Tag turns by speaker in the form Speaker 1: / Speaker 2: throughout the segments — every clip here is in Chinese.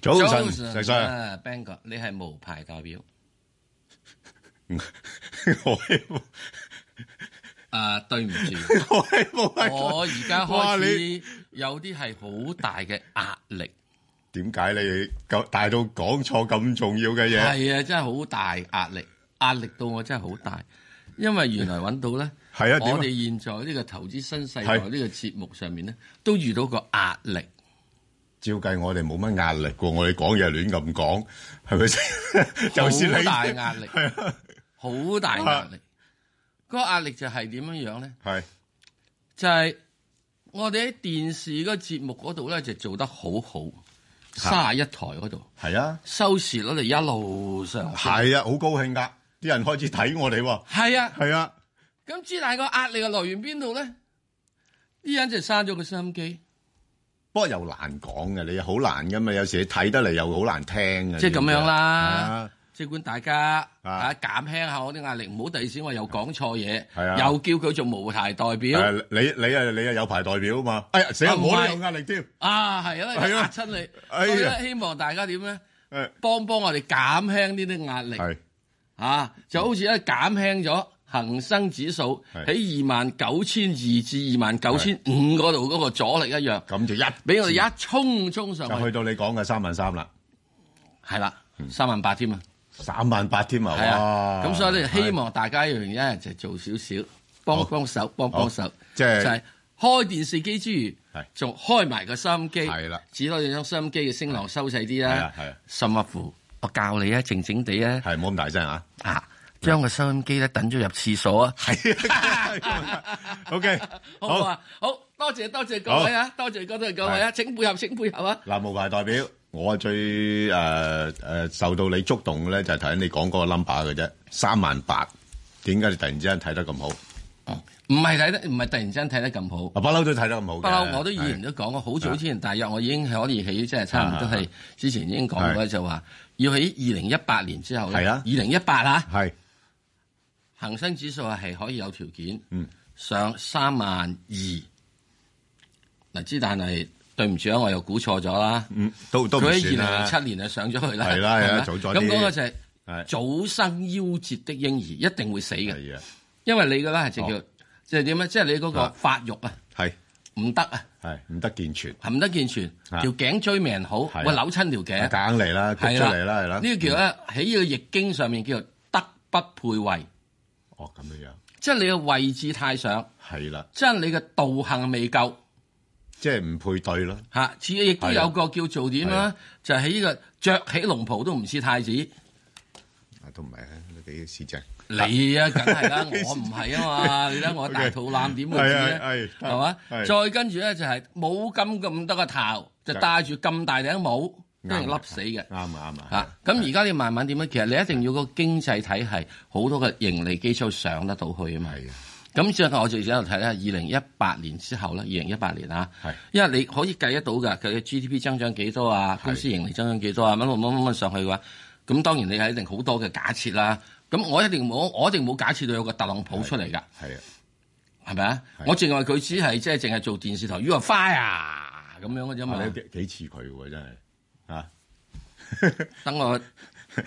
Speaker 1: 早晨，石 Sir，
Speaker 2: 啊，Bang 哥，你係無牌代表。
Speaker 1: 我係冇
Speaker 2: 啊，對唔住，
Speaker 1: 我係冇 係
Speaker 2: 我而家
Speaker 1: 哇
Speaker 2: 開
Speaker 1: 你
Speaker 2: 始有啲係好大嘅壓力，
Speaker 1: 點解你咁大到講錯咁重要嘅嘢？
Speaker 2: 係啊，真係好大壓力，壓力到我真係好大，因為原來揾到咧，
Speaker 1: 係啊點啊
Speaker 2: 我哋現在呢個投資新世代呢個節目上面咧，都遇到個壓力。
Speaker 1: 照計我哋冇乜壓力喎，我哋講嘢亂咁講，係咪先？就算你
Speaker 2: 好大 壓力
Speaker 1: 係啊，
Speaker 2: 好大壓力。嗰個壓力就係點樣樣咧？
Speaker 1: 係
Speaker 2: 就係、我哋喺電視嗰個節目嗰度咧，就做得好好，三十一台嗰度
Speaker 1: 係啊，
Speaker 2: 收視率就一路上升。
Speaker 1: 係啊，好高興㗎，啲人開始睇我哋喎，
Speaker 2: 係啊，
Speaker 1: 係啊，
Speaker 2: 咁之但係個壓力嘅來源邊度咧？啲人就刪咗個收音機，
Speaker 1: 不過又難講嘅，你好難㗎嘛，有時你睇得嚟又好難聽嘅，
Speaker 2: 即係咁樣
Speaker 1: 係
Speaker 2: 啦
Speaker 1: 啊。
Speaker 2: 即管大家
Speaker 1: 啊
Speaker 2: 啊減輕下我啲壓力，唔好第二時我又講錯嘢，
Speaker 1: 係啊
Speaker 2: 又叫佢做無牌代表
Speaker 1: 誒你你啊你啊有排代表啊嘛，哎呀死啦，
Speaker 2: 啊唔係
Speaker 1: 我都有壓力添，
Speaker 2: 啊，係啊，
Speaker 1: 係啊
Speaker 2: 壓親你。
Speaker 1: 哎呀
Speaker 2: 所以咧，希望大家點咧，
Speaker 1: 誒
Speaker 2: 幫幫我哋減輕呢啲壓力。
Speaker 1: 係
Speaker 2: 啊，就好似咧減輕咗恒生指數
Speaker 1: 係
Speaker 2: 喺二萬九千二至二萬九千五嗰度嗰個阻力一樣，
Speaker 1: 咁就一
Speaker 2: 俾我哋一衝衝上
Speaker 1: 就
Speaker 2: 去，
Speaker 1: 去到你講嘅三萬三啦，
Speaker 2: 係啦，三萬八添啊，
Speaker 1: 三萬八添啊，
Speaker 2: 係啊，
Speaker 1: 哇
Speaker 2: 咁所以咧，
Speaker 1: 係
Speaker 2: 希望大家一樣嘢就做少少，幫幫手，幫幫手，
Speaker 1: 即係
Speaker 2: 就係開電視機之餘
Speaker 1: 係，
Speaker 2: 仲開埋個收音機，
Speaker 1: 係啦
Speaker 2: 只可以將收音機嘅聲浪收細啲
Speaker 1: 係
Speaker 2: 啦
Speaker 1: 啊係啊，
Speaker 2: 甚或乎我教你啊，靜靜地啊。
Speaker 1: 係冇咁大聲 啊。
Speaker 2: 啊，將個收音機咧等咗入廁所啊！
Speaker 1: 係啊 ，OK，
Speaker 2: 好唔好
Speaker 1: 好
Speaker 2: 啊，好多謝多謝各位啊，多謝多謝各位啊，請配合請配合啊！
Speaker 1: 嗱，無牌代表，我最誒誒受到你觸動嘅咧，就係頭先你講嗰個 number 嘅啫，三萬八，點解你突然之間睇得咁好？啊，
Speaker 2: 唔係睇得唔係突然之間睇得咁好，
Speaker 1: 不嬲都睇得咁好嘅，
Speaker 2: 不嬲我都以前都講過，好早之前大約我已經可以起，即係差
Speaker 1: 啊
Speaker 2: 唔多係之前已經講過
Speaker 1: 係
Speaker 2: 就話要喺二零一八年之後咧，
Speaker 1: 係啊
Speaker 2: 二零一八啊，
Speaker 1: 係
Speaker 2: 恒生指數係可以有條件
Speaker 1: 嗯
Speaker 2: 上三萬二。嗱，之但係對唔住啊，我又估錯咗啦。
Speaker 1: 嗯都都唔
Speaker 2: 佢喺
Speaker 1: 算啦，
Speaker 2: 二零零七年就上咗去啦，
Speaker 1: 係啦係啦啊
Speaker 2: 咪
Speaker 1: 早咗啲
Speaker 2: 咁嗰個就係
Speaker 1: 係
Speaker 2: 早生夭折的嬰兒，一定會死嘅，
Speaker 1: 係啊，
Speaker 2: 因為你嘅啦係就
Speaker 1: 哦
Speaker 2: 叫即係點咧？即係你嗰個
Speaker 1: 啊
Speaker 2: 發育啊
Speaker 1: 係
Speaker 2: 唔得啊，
Speaker 1: 係唔得健全，
Speaker 2: 唔得健全，
Speaker 1: 啊
Speaker 2: 條頸椎命好，
Speaker 1: 係啊
Speaker 2: 會扭親條
Speaker 1: 梗
Speaker 2: 頸，
Speaker 1: 嚟啦，焗出嚟啦，係啦，
Speaker 2: 啊
Speaker 1: 嗯
Speaker 2: 呢個叫咧喺呢個易經上面叫做德不配位，
Speaker 1: 哦咁樣樣，
Speaker 2: 即係你嘅位置太上，
Speaker 1: 係啦，
Speaker 2: 即係你嘅道行未夠。
Speaker 1: 即係唔配對咯，
Speaker 2: 嚇，似亦都
Speaker 1: 係啊
Speaker 2: 有個叫做點
Speaker 1: 係
Speaker 2: 啦
Speaker 1: 啊，
Speaker 2: 就喺呢個着起龍袍都唔似太子。
Speaker 1: 啊都唔係啊，你俾市政，
Speaker 2: 你啊，梗 係啦，我唔係啊嘛，你睇我大
Speaker 1: Okay
Speaker 2: 肚腩點會知咧？
Speaker 1: 係係係
Speaker 2: 係嘛？
Speaker 1: 係
Speaker 2: 再跟住咧就係冇咁咁多個頭，就戴住咁大頂帽，都係笠死嘅
Speaker 1: 啱。啊啱啊，
Speaker 2: 嚇！咁而家你慢慢點樣？其實你一定要個經濟體系好多嘅盈利基礎上得到去啊嘛。
Speaker 1: 係啊
Speaker 2: 咁最後我最想度睇咧，二零一八年之後咧，二零一八年啊
Speaker 1: 係，
Speaker 2: 因為你可以計得到㗎，佢嘅 GDP 增長幾多啊，公司盈利增長幾多啊，乜乜乜乜乜上去嘅話，咁當然你係一定好多嘅假設啦。咁我一定冇，我一定冇假設到有個特朗普出嚟㗎，
Speaker 1: 係啊，
Speaker 2: 係咪啊？
Speaker 1: 係
Speaker 2: 我淨係佢只係即係淨係做電視台 You are fire 咁樣嘅啫嘛
Speaker 1: 啊。你幾幾似佢喎真係啊！
Speaker 2: 等我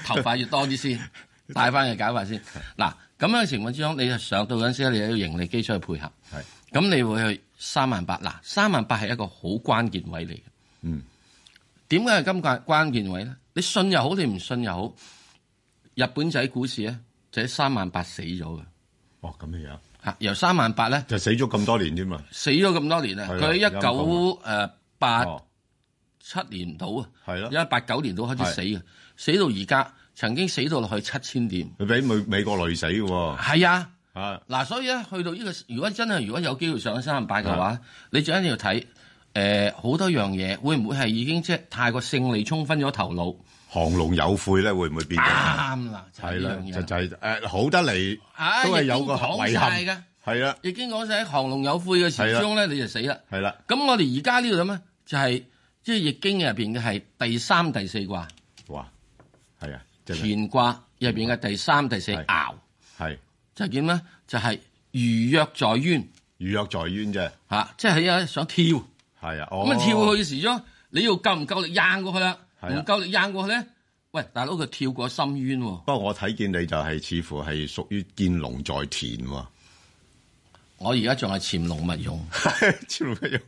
Speaker 2: 頭髮越多啲先， 戴翻嘅假髮先。嗱，咁樣嘅情況之中，你就上到嗰陣時咧，你有盈利基礎去配合。
Speaker 1: 係
Speaker 2: 咁你會去三萬八嗱，三萬八係一個好關鍵位嚟嘅。
Speaker 1: 嗯，
Speaker 2: 點解係今個關鍵位咧？你信又好，你唔信又好，日本仔股市咧就喺三萬八死咗嘅
Speaker 1: 哦咁樣樣。
Speaker 2: 嚇，由三萬八咧
Speaker 1: 就死咗咁多年添啊！
Speaker 2: 死咗咁多年啊，
Speaker 1: 係啊
Speaker 2: 佢喺一
Speaker 1: 陰
Speaker 2: 九
Speaker 1: 公
Speaker 2: 誒八
Speaker 1: 哦，
Speaker 2: 七年到啊，
Speaker 1: 係咯
Speaker 2: 一八九年到開始死嘅，死到而家曾經死到落去七千點，
Speaker 1: 佢俾美美國累死嘅喎，
Speaker 2: 係啊。
Speaker 1: 啊
Speaker 2: 嗱，所以咧，去到呢、個，如果真係如果有機會上三十八嘅話，你就一定要睇誒好多樣嘢，會唔會係已經即係太過勝利沖昏咗頭腦？
Speaker 1: 降龍有悔咧，會唔會變咗？
Speaker 2: 啱啦，就係
Speaker 1: 係啦
Speaker 2: 啊呢，樣
Speaker 1: 就
Speaker 2: 嘢
Speaker 1: 就
Speaker 2: 啦。
Speaker 1: 係誒好得嚟
Speaker 2: 啊，
Speaker 1: 都係有個遺
Speaker 2: 已經講晒
Speaker 1: 憾
Speaker 2: 㗎，
Speaker 1: 係啦，
Speaker 2: 已經講晒喺降龍有悔嘅時鐘咧，你就死啦。
Speaker 1: 係啦，
Speaker 2: 咁我哋而家呢度咧，就係即係易經入邊嘅係第三、第四卦，
Speaker 1: 哇，係啊，真係
Speaker 2: 乾卦入邊嘅第三、第四
Speaker 1: 係
Speaker 2: 爻，
Speaker 1: 係
Speaker 2: 就係點咧？就係如若在淵啊
Speaker 1: 如若在冤啫，
Speaker 2: 嚇，即係有人想跳。
Speaker 1: 係啊，哦
Speaker 2: 咁啊跳過去嘅時鐘，你要夠唔夠力硬過去啦？
Speaker 1: 係啊
Speaker 2: 唔夠力硬過去咧，喂，大佬佢跳過深淵喎。
Speaker 1: 不過我睇見你就係似乎係屬於見龍在田喎，
Speaker 2: 我而家仲係潛龍勿 用，
Speaker 1: 超乜用？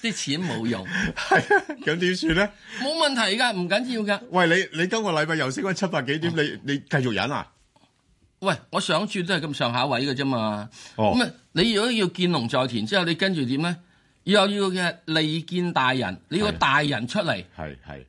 Speaker 2: 啲錢冇用，
Speaker 1: 係啊，咁點算咧？
Speaker 2: 冇問題㗎，唔緊要㗎。
Speaker 1: 喂，你你今個禮拜又升翻七百幾點，你你繼續忍啊？
Speaker 2: 喂，我上注都係咁上下位嘅啫嘛。
Speaker 1: 哦
Speaker 2: 咁啊、你如果要見龍在田之後，你跟住點咧？又要嘅利見大人，你要個
Speaker 1: 係
Speaker 2: 大人出嚟
Speaker 1: 係係，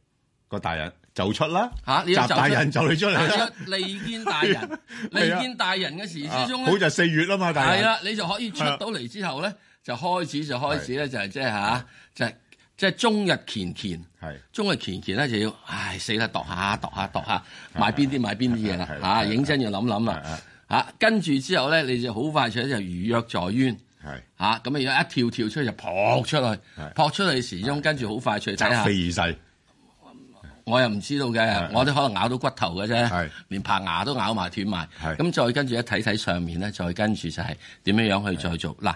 Speaker 1: 個大人就出啦，
Speaker 2: 嚇，你要
Speaker 1: 習
Speaker 2: 走
Speaker 1: 大人就你出啊嚟啦。
Speaker 2: 你要利見大人，利
Speaker 1: 係啊
Speaker 2: 見大人嘅時
Speaker 1: 啊
Speaker 2: 之中
Speaker 1: 好
Speaker 2: 咧，
Speaker 1: 就四月啦嘛，大
Speaker 2: 係
Speaker 1: 人。
Speaker 2: 啦，你就可以出到嚟之後咧，就開始就開始咧，就係即係嚇，就係即係中日乾乾。
Speaker 1: 係
Speaker 2: 中日乾乾咧就要，唉死啦，度下度下度下，買邊啲買邊啲嘢啦
Speaker 1: 係係
Speaker 2: 嚇，
Speaker 1: 係
Speaker 2: 認真要諗諗
Speaker 1: 係係
Speaker 2: 啦嚇。跟住之後咧，你就好快脆就如約在淵
Speaker 1: 係
Speaker 2: 嚇，咁啊有一跳跳出去就撲出去
Speaker 1: 係，
Speaker 2: 撲出去時鐘跟住好快脆睇
Speaker 1: 擇
Speaker 2: 下
Speaker 1: 非，而勢，
Speaker 2: 我又唔知道嘅，我都可能咬到骨頭嘅
Speaker 1: 係
Speaker 2: 啫，連棚牙都咬埋斷埋。
Speaker 1: 係
Speaker 2: 咁再跟住一睇睇上面咧，再跟住就係點樣樣去再做嗱。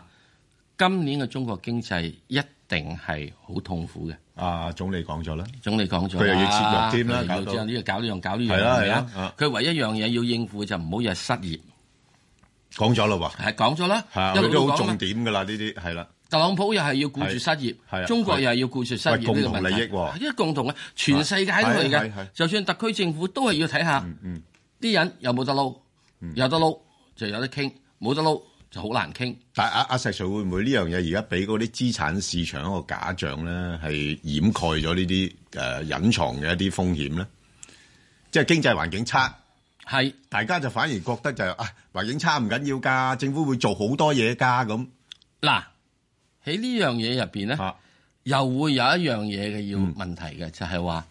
Speaker 2: 今年嘅中國經濟一定係好痛苦嘅。
Speaker 1: 啊總理講咗啦，
Speaker 2: 總理講咗啦，
Speaker 1: 佢又要節約添啦搞
Speaker 2: 佢又要
Speaker 1: 到
Speaker 2: 之後呢個搞呢樣搞呢樣，
Speaker 1: 係啦係
Speaker 2: 咪啊
Speaker 1: 啦啊
Speaker 2: 佢唯一一樣嘢要應付就唔好日失業，
Speaker 1: 講咗啦喎，
Speaker 2: 係講咗啦
Speaker 1: 係啊，，
Speaker 2: 一
Speaker 1: 佢
Speaker 2: 路
Speaker 1: 都
Speaker 2: 都
Speaker 1: 好
Speaker 2: 講
Speaker 1: 重
Speaker 2: 啦。
Speaker 1: 點㗎啦，呢啲係啦。
Speaker 2: 特朗普又係要顧住失
Speaker 1: 係係啊
Speaker 2: 業，中國又係要顧住失業
Speaker 1: 喂共
Speaker 2: 呢個
Speaker 1: 同
Speaker 2: 問
Speaker 1: 利益
Speaker 2: 題，
Speaker 1: 喎
Speaker 2: 係因為共同嘅，全世界都係
Speaker 1: 係係係
Speaker 2: 嘅，就算特區政府都係要睇下
Speaker 1: 嗯
Speaker 2: 啲人有冇得撈，有得撈就有得傾，冇得撈就好難傾。
Speaker 1: 但係阿阿石 Sir 會唔會呢樣嘢而家俾嗰啲資產市場一個假象咧，係掩蓋咗呢啲誒隱藏嘅一啲風險咧？即係經濟環境差，
Speaker 2: 係
Speaker 1: 大家就反而覺得就係啊環境差唔緊要㗎，政府會做好多嘢㗎咁
Speaker 2: 嗱，喺呢樣嘢入邊咧。
Speaker 1: 啊嗯
Speaker 2: 又會有一樣嘢嘅要問題嘅，就係話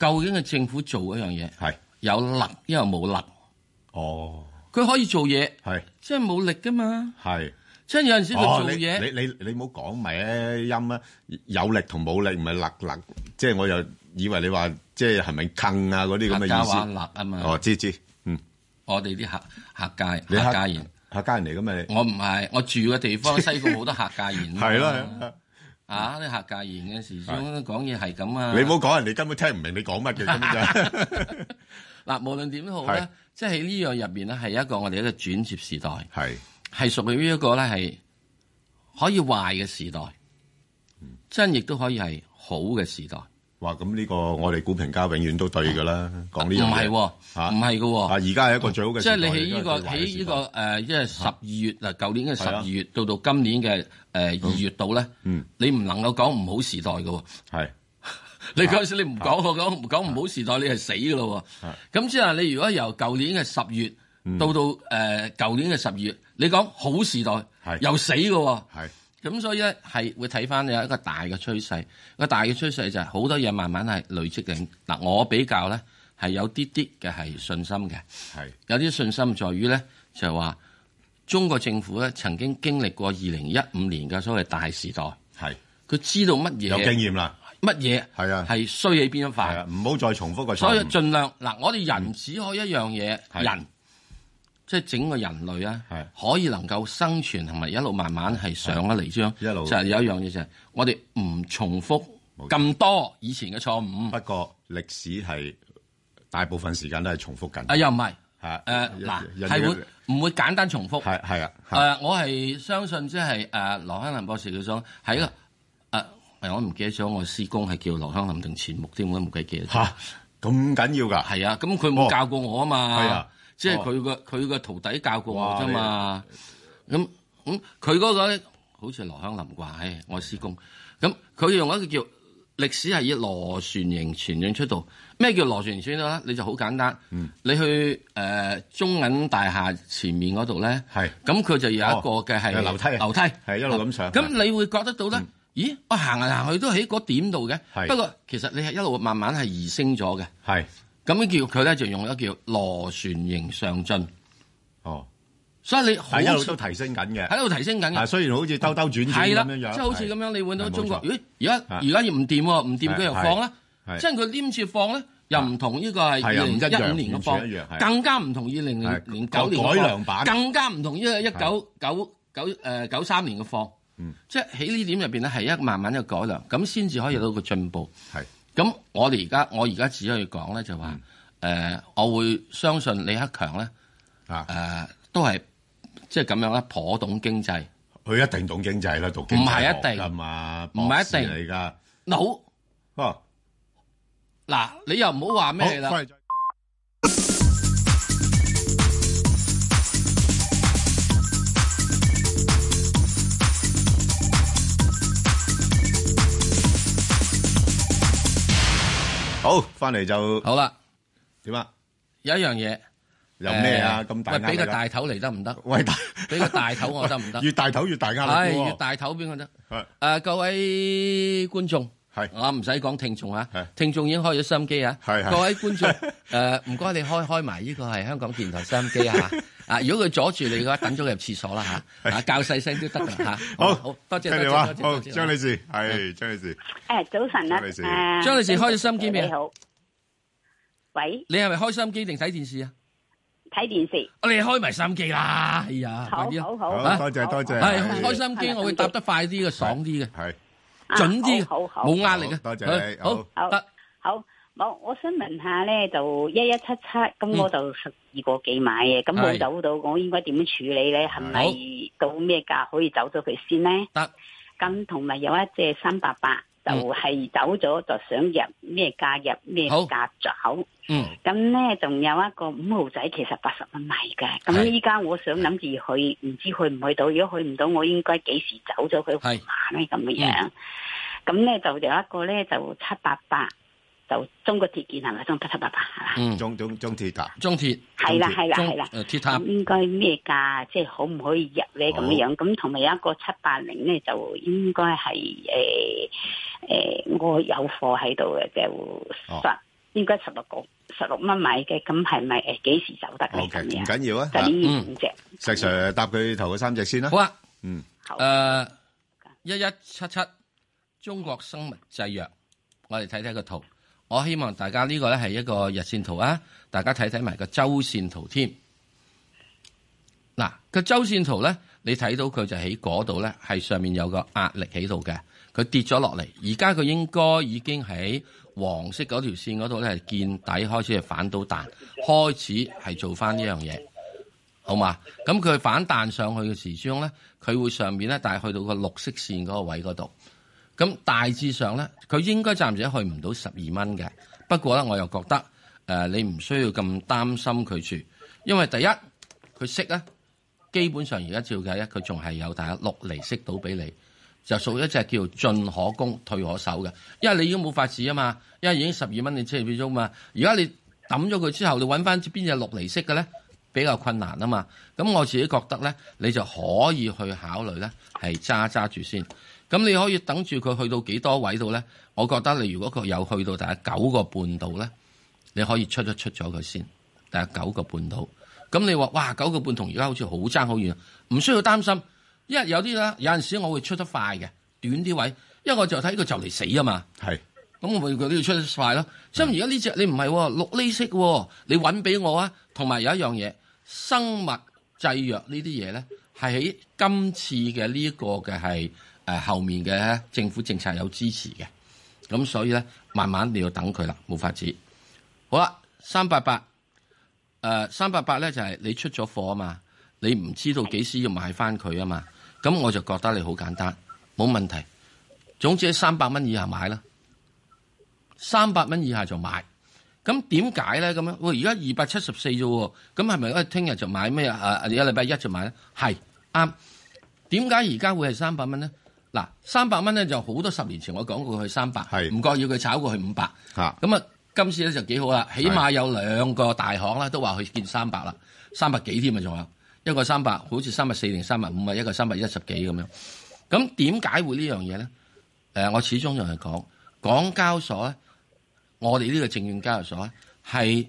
Speaker 2: 究竟個政府做嗰樣嘢
Speaker 1: 係
Speaker 2: 有力，因為冇力，
Speaker 1: 哦
Speaker 2: 佢可以做嘢，
Speaker 1: 係
Speaker 2: 即係冇力噶嘛。
Speaker 1: 係
Speaker 2: 即係有陣時佢
Speaker 1: 哦
Speaker 2: 做
Speaker 1: 你
Speaker 2: 嘢，
Speaker 1: 你你你唔好講埋音啦，有力同冇力唔係勒勒，即係我又以為你話即係係咪坑啊嗰啲咁
Speaker 2: 客家話
Speaker 1: 嘅意
Speaker 2: 立啊
Speaker 1: 思。
Speaker 2: 嘛。
Speaker 1: 哦，知知嗯，
Speaker 2: 我哋啲客客家
Speaker 1: 你
Speaker 2: 客家言，
Speaker 1: 客家人嚟㗎嘛你
Speaker 2: 我唔係我住嘅地 方西貢好多客家言。
Speaker 1: 係啦。係啦
Speaker 2: 啊！啲客家言嘅時鐘講嘢係咁啊。
Speaker 1: 你唔好講，人哋根本聽唔明你講 乜嘅，根本就
Speaker 2: 嗱，無論點都好咧
Speaker 1: 係，
Speaker 2: 即係喺呢樣入邊咧，係一個我哋一個轉接時代，
Speaker 1: 係
Speaker 2: 係屬於一個咧係可以壞嘅時代，真亦都可以係好嘅時代。
Speaker 1: 哇！咁呢個我哋股評家永遠都對㗎啦，講
Speaker 2: 唔
Speaker 1: 呢樣
Speaker 2: 係
Speaker 1: 嘢
Speaker 2: 喎，
Speaker 1: 嚇
Speaker 2: 唔係嘅
Speaker 1: 啊！
Speaker 2: 喎，
Speaker 1: 而家係一個最好嘅時
Speaker 2: 即係
Speaker 1: 代，
Speaker 2: 你喺呢個
Speaker 1: 而家係
Speaker 2: 喺
Speaker 1: 最壞
Speaker 2: 呢
Speaker 1: 嘅時代
Speaker 2: 個誒，因為十二月嗱，舊年嘅十
Speaker 1: 係啊
Speaker 2: 二月到到今年嘅誒二月度咧
Speaker 1: 嗯，
Speaker 2: 你唔能夠講唔好時代嘅喎。
Speaker 1: 係
Speaker 2: 你嗰陣時你唔講我講唔講唔好時代，你係死嘅咯
Speaker 1: 係
Speaker 2: 喎。咁之後你如果由舊年嘅十月到到誒舊年嘅十二月，你講好時代
Speaker 1: 係
Speaker 2: 又死嘅喎。
Speaker 1: 係
Speaker 2: 咁所以咧係會睇翻有一個大嘅趨勢，個大嘅趨勢就係好多嘢慢慢係累積緊。嗱，我比較咧係有啲啲嘅係信心嘅，
Speaker 1: 係
Speaker 2: 有啲信心在於咧就係話中國政府咧曾經經歷過二零一五年嘅所謂大時代，
Speaker 1: 係
Speaker 2: 佢知道乜
Speaker 1: 有經
Speaker 2: 嘢
Speaker 1: 驗啦，
Speaker 2: 乜嘢
Speaker 1: 係啊
Speaker 2: 係衰喺邊
Speaker 1: 係
Speaker 2: 一塊，
Speaker 1: 啊！唔好再重複個
Speaker 2: 所以
Speaker 1: 錯誤，
Speaker 2: 盡量嗱，我哋人只可以一樣嘢，
Speaker 1: 係
Speaker 2: 人即係整個人類啊
Speaker 1: 係，
Speaker 2: 可以能夠生存同埋一路慢慢係上咗嚟張，
Speaker 1: 一路
Speaker 2: 就係有一樣嘢就係我哋唔重複
Speaker 1: 冇錯
Speaker 2: 咁多以前嘅錯誤。
Speaker 1: 不過歷史係大部分時間都係重複
Speaker 2: 啊，
Speaker 1: 緊，
Speaker 2: 又唔係
Speaker 1: 係
Speaker 2: 誒呃嗱，
Speaker 1: 人
Speaker 2: 係
Speaker 1: 哋
Speaker 2: 會呃唔會簡單重複？
Speaker 1: 係係啊係
Speaker 2: 誒，我係相信即係誒羅香林博士佢講係一個誒，我唔記得咗我師公係叫羅香林定錢穆添，我都唔記得咗。
Speaker 1: 嚇咁緊要㗎，
Speaker 2: 係啊，咁佢冇
Speaker 1: 哦
Speaker 2: 教過我啊
Speaker 1: 係啊
Speaker 2: 嘛，即係
Speaker 1: 哦
Speaker 2: 佢個佢個徒弟教過我
Speaker 1: 哇
Speaker 2: 啫嘛。咁咁佢嗰個咧，好似係羅香林啩，唉，我師公。咁佢用一個叫歷史係以螺旋形傳進出道。咩叫螺旋形傳出道咧？你就好簡單，
Speaker 1: 嗯
Speaker 2: 你去誒、呃中銀大廈前面嗰度咧，
Speaker 1: 係
Speaker 2: 咁佢就有一個嘅係
Speaker 1: 哦有樓梯
Speaker 2: 樓梯啊
Speaker 1: 係一路咁上嗯
Speaker 2: 咁你會覺得到咧？咦，我行嚟行去都喺嗰點度嘅。
Speaker 1: 係
Speaker 2: 不過其實你係一路慢慢係移升咗嘅。
Speaker 1: 係
Speaker 2: 咁樣叫佢咧就用一個叫螺旋形上進，
Speaker 1: 哦，
Speaker 2: 所以你好
Speaker 1: 係一路
Speaker 2: 似
Speaker 1: 都提升緊嘅，
Speaker 2: 喺度提升緊
Speaker 1: 啊
Speaker 2: 嘅，
Speaker 1: 雖然好似兜兜轉轉
Speaker 2: 係啦，
Speaker 1: 咁
Speaker 2: 即
Speaker 1: 樣樣，
Speaker 2: 係好似咁樣，你換到
Speaker 1: 係冇
Speaker 2: 中國，
Speaker 1: 錯
Speaker 2: 咦？而家
Speaker 1: 啊
Speaker 2: 而家要唔掂喎，唔掂
Speaker 1: 係
Speaker 2: 佢又放啦
Speaker 1: 係係，
Speaker 2: 即係佢黏住放咧，又唔同呢個係
Speaker 1: 係
Speaker 2: 二
Speaker 1: 啊唔
Speaker 2: 零
Speaker 1: 一
Speaker 2: 一
Speaker 1: 樣
Speaker 2: 五年嘅
Speaker 1: 完全一樣
Speaker 2: 放，
Speaker 1: 係
Speaker 2: 更加唔同二零
Speaker 1: 係
Speaker 2: 零九年嘅放
Speaker 1: 改良版
Speaker 2: 更加唔同呢個一九九九誒九三年嘅放，即係喺呢點入邊咧係一慢慢嘅改良，咁先至可以有到個進步。
Speaker 1: 係
Speaker 2: 咁我哋而家我而家只可以講咧，就話誒、呃我會相信李克強咧誒、
Speaker 1: 啊，
Speaker 2: 呃都係即係咁樣啦，頗懂經濟。
Speaker 1: 佢一定懂經濟啦，讀經
Speaker 2: 唔係
Speaker 1: 濟
Speaker 2: 一定
Speaker 1: 學㗎嘛，
Speaker 2: 唔係一定
Speaker 1: 嚟噶。
Speaker 2: 嗱好
Speaker 1: 哦，
Speaker 2: 嗱，你又唔好話咩啦
Speaker 1: 好。翻嚟再好，翻嚟就
Speaker 2: 好啦，
Speaker 1: 點啊？
Speaker 2: 有一樣嘢。
Speaker 1: 有咩啊？
Speaker 2: 呃
Speaker 1: 咁大
Speaker 2: 喂，
Speaker 1: 壓
Speaker 2: 俾
Speaker 1: 力
Speaker 2: 個
Speaker 1: 啊？
Speaker 2: 大頭嚟得唔得？
Speaker 1: 喂， 大？
Speaker 2: 俾個大頭我得唔得
Speaker 1: 越大頭越大壓
Speaker 2: 唉，
Speaker 1: 力
Speaker 2: 越
Speaker 1: 喎。
Speaker 2: 大頭邊個得？
Speaker 1: 係
Speaker 2: 誒，各位觀眾，
Speaker 1: 係
Speaker 2: 我唔使講聽眾啊
Speaker 1: 係，
Speaker 2: 聽眾已經開咗收音機啊。
Speaker 1: 係係
Speaker 2: 各位 觀眾，誒唔該你開開埋呢個係香港電台收 音機啊。啊，如果佢阻住你嘅話，等咗佢入廁所啦嚇。啊，較細聲都得㗎啦嚇。
Speaker 1: 好，
Speaker 2: 好多謝
Speaker 1: 聽
Speaker 2: 多
Speaker 1: 電
Speaker 2: 謝
Speaker 1: 話
Speaker 2: 多謝
Speaker 1: 好，
Speaker 2: 多謝。
Speaker 1: 張女士係張女士，
Speaker 3: 誒，早晨啊，
Speaker 1: 張女士
Speaker 3: 誒
Speaker 2: 張女士開咗心機未啊
Speaker 3: 你好，喂，
Speaker 2: 你係咪開收音機定睇電視啊？
Speaker 3: 睇電視，
Speaker 2: 我哋開埋收音機啦。哎呀，快
Speaker 3: 好
Speaker 2: 啲啊！
Speaker 3: 好
Speaker 1: 好
Speaker 3: 好，
Speaker 1: 多謝多謝
Speaker 2: 係
Speaker 1: 係
Speaker 2: 開收音機，我會答得快啲嘅，爽啲嘅，
Speaker 1: 係
Speaker 3: 啊
Speaker 2: 準啲嘅，
Speaker 3: 好好好
Speaker 2: 冇壓力嘅。
Speaker 1: 好多謝你
Speaker 2: 好
Speaker 3: 好
Speaker 2: 得
Speaker 3: 好，冇，我想問下咧，就一一七七，咁我就十二個幾買嘅，咁
Speaker 2: 嗯係
Speaker 3: 冇走到，我應該點樣處理咧？係咪到咩價可以走咗佢先咧？
Speaker 2: 得。
Speaker 3: 咁同埋有一隻三八八，就
Speaker 2: 嗯
Speaker 3: 係走咗就想入咩價入咩
Speaker 2: 好
Speaker 3: 價走。
Speaker 2: 嗯。
Speaker 3: 咁咧，仲有一個五號仔，其實八十蚊買嘅。咁
Speaker 2: 係
Speaker 3: 依家我想諗住去，唔知去唔去到？如果去唔到，我應該幾時走咗佢
Speaker 2: 係
Speaker 3: 行咧？咁
Speaker 1: 嗯
Speaker 3: 樣。咁咧就有一個咧就七八八，就中國鐵建係咪？中七七八八係嘛？
Speaker 2: 嗯，
Speaker 1: 中中中鐵達
Speaker 2: 中鐵
Speaker 3: 係啦
Speaker 1: 中鐵
Speaker 3: 係啦係
Speaker 2: 中
Speaker 3: 啦。
Speaker 2: 诶铁塔
Speaker 3: 咁應該咩價？即係可唔可以入咧？
Speaker 1: 啊好
Speaker 3: 咁樣咁同埋有一個七八零咧，就應該係誒誒，我有貨喺度嘅，就
Speaker 1: 哦
Speaker 3: 十應該十六個十六蚊買嘅，咁係咪誒幾時走得咧？
Speaker 1: ，OK，
Speaker 3: 咁
Speaker 1: 唔
Speaker 3: 樣
Speaker 1: 緊要啊。
Speaker 3: 就呢
Speaker 2: 嗯
Speaker 3: 五隻。
Speaker 1: 石 Sir 答佢頭嗰三隻先啦
Speaker 2: 好。啊，
Speaker 1: 嗯，
Speaker 3: 好
Speaker 2: 诶呃一一七七中國生物製藥，我哋睇睇個圖。我希望大家呢個咧係一個日線圖啊，大家睇睇埋個周線圖添。嗱，個周線圖咧，你睇到佢就喺嗰度咧，係上面有個壓力喺度嘅，佢跌咗落嚟，而家佢應該已經喺黃色嗰條線嗰度咧係見底，開始係反到彈，開始係做翻呢樣嘢。好嘛？咁佢反彈上去嘅時鐘咧，佢會上面咧，但係去到個綠色線嗰個位嗰度。咁大致上咧，佢應該暫時去唔到十二蚊嘅。不過咧，我又覺得誒、呃你唔需要咁擔心佢住，因為第一佢息咧，基本上而家照計咧，佢仲係有大約六厘息到俾你，就屬於一隻叫進可攻退可守嘅。因為你已經冇法子啊嘛，因為已經十二蚊你即係變咗嘛。而家你抌咗佢之後，你揾翻邊只六厘息嘅咧？比較困難啊嘛。咁我自己覺得咧，你就可以去考慮咧，係揸揸住先。咁你可以等住佢去到幾多位度咧？我覺得你如果佢有去到大概九個半度咧，你可以出一出咗佢先，大概九個半度。咁你話哇，九個半同而家好似好爭好遠，唔需要擔心，因為有啲啦，有陣時我會出得快嘅，短啲位，因為我就睇佢就嚟死啊嘛。
Speaker 1: 係
Speaker 2: 咁我咪佢都要出得快咯。所以而家呢只你唔係喎，六厘息喎，你揾俾我啊。同埋有一樣嘢，生物製藥呢啲嘢咧，係喺今次嘅呢一個嘅係誒後面嘅政府政策有支持嘅。咁所以咧，慢慢你要等佢啦，冇法子。好啦，三八八，誒三八八咧就係、你出咗貨啊嘛，你唔知道幾時要買翻佢啊嘛。咁我就覺得你好簡單，冇問題。總之喺三百蚊以下買啦。三百蚊以下就買。咁點解咧？咁樣喂，而家二百七十四啫喎，咁係咪？誒，聽日就買咩啊？啊，一禮拜一就買咧，係啱。點解而家會係三百蚊咧？嗱，三百蚊咧就好多十年前我講過佢三百，
Speaker 1: 係
Speaker 2: 唔覺意佢炒過去五百。
Speaker 1: 嚇，
Speaker 2: 咁啊，今次咧就幾好啦，起碼有兩個大行啦，都話去見三百啦，三百幾添啊，仲有一個三百，好似三百四定三百五啊，一個三百一十幾咁樣。咁點解會呢樣嘢咧？誒、我始終就係講港交所咧，我哋呢個證券交易所咧，係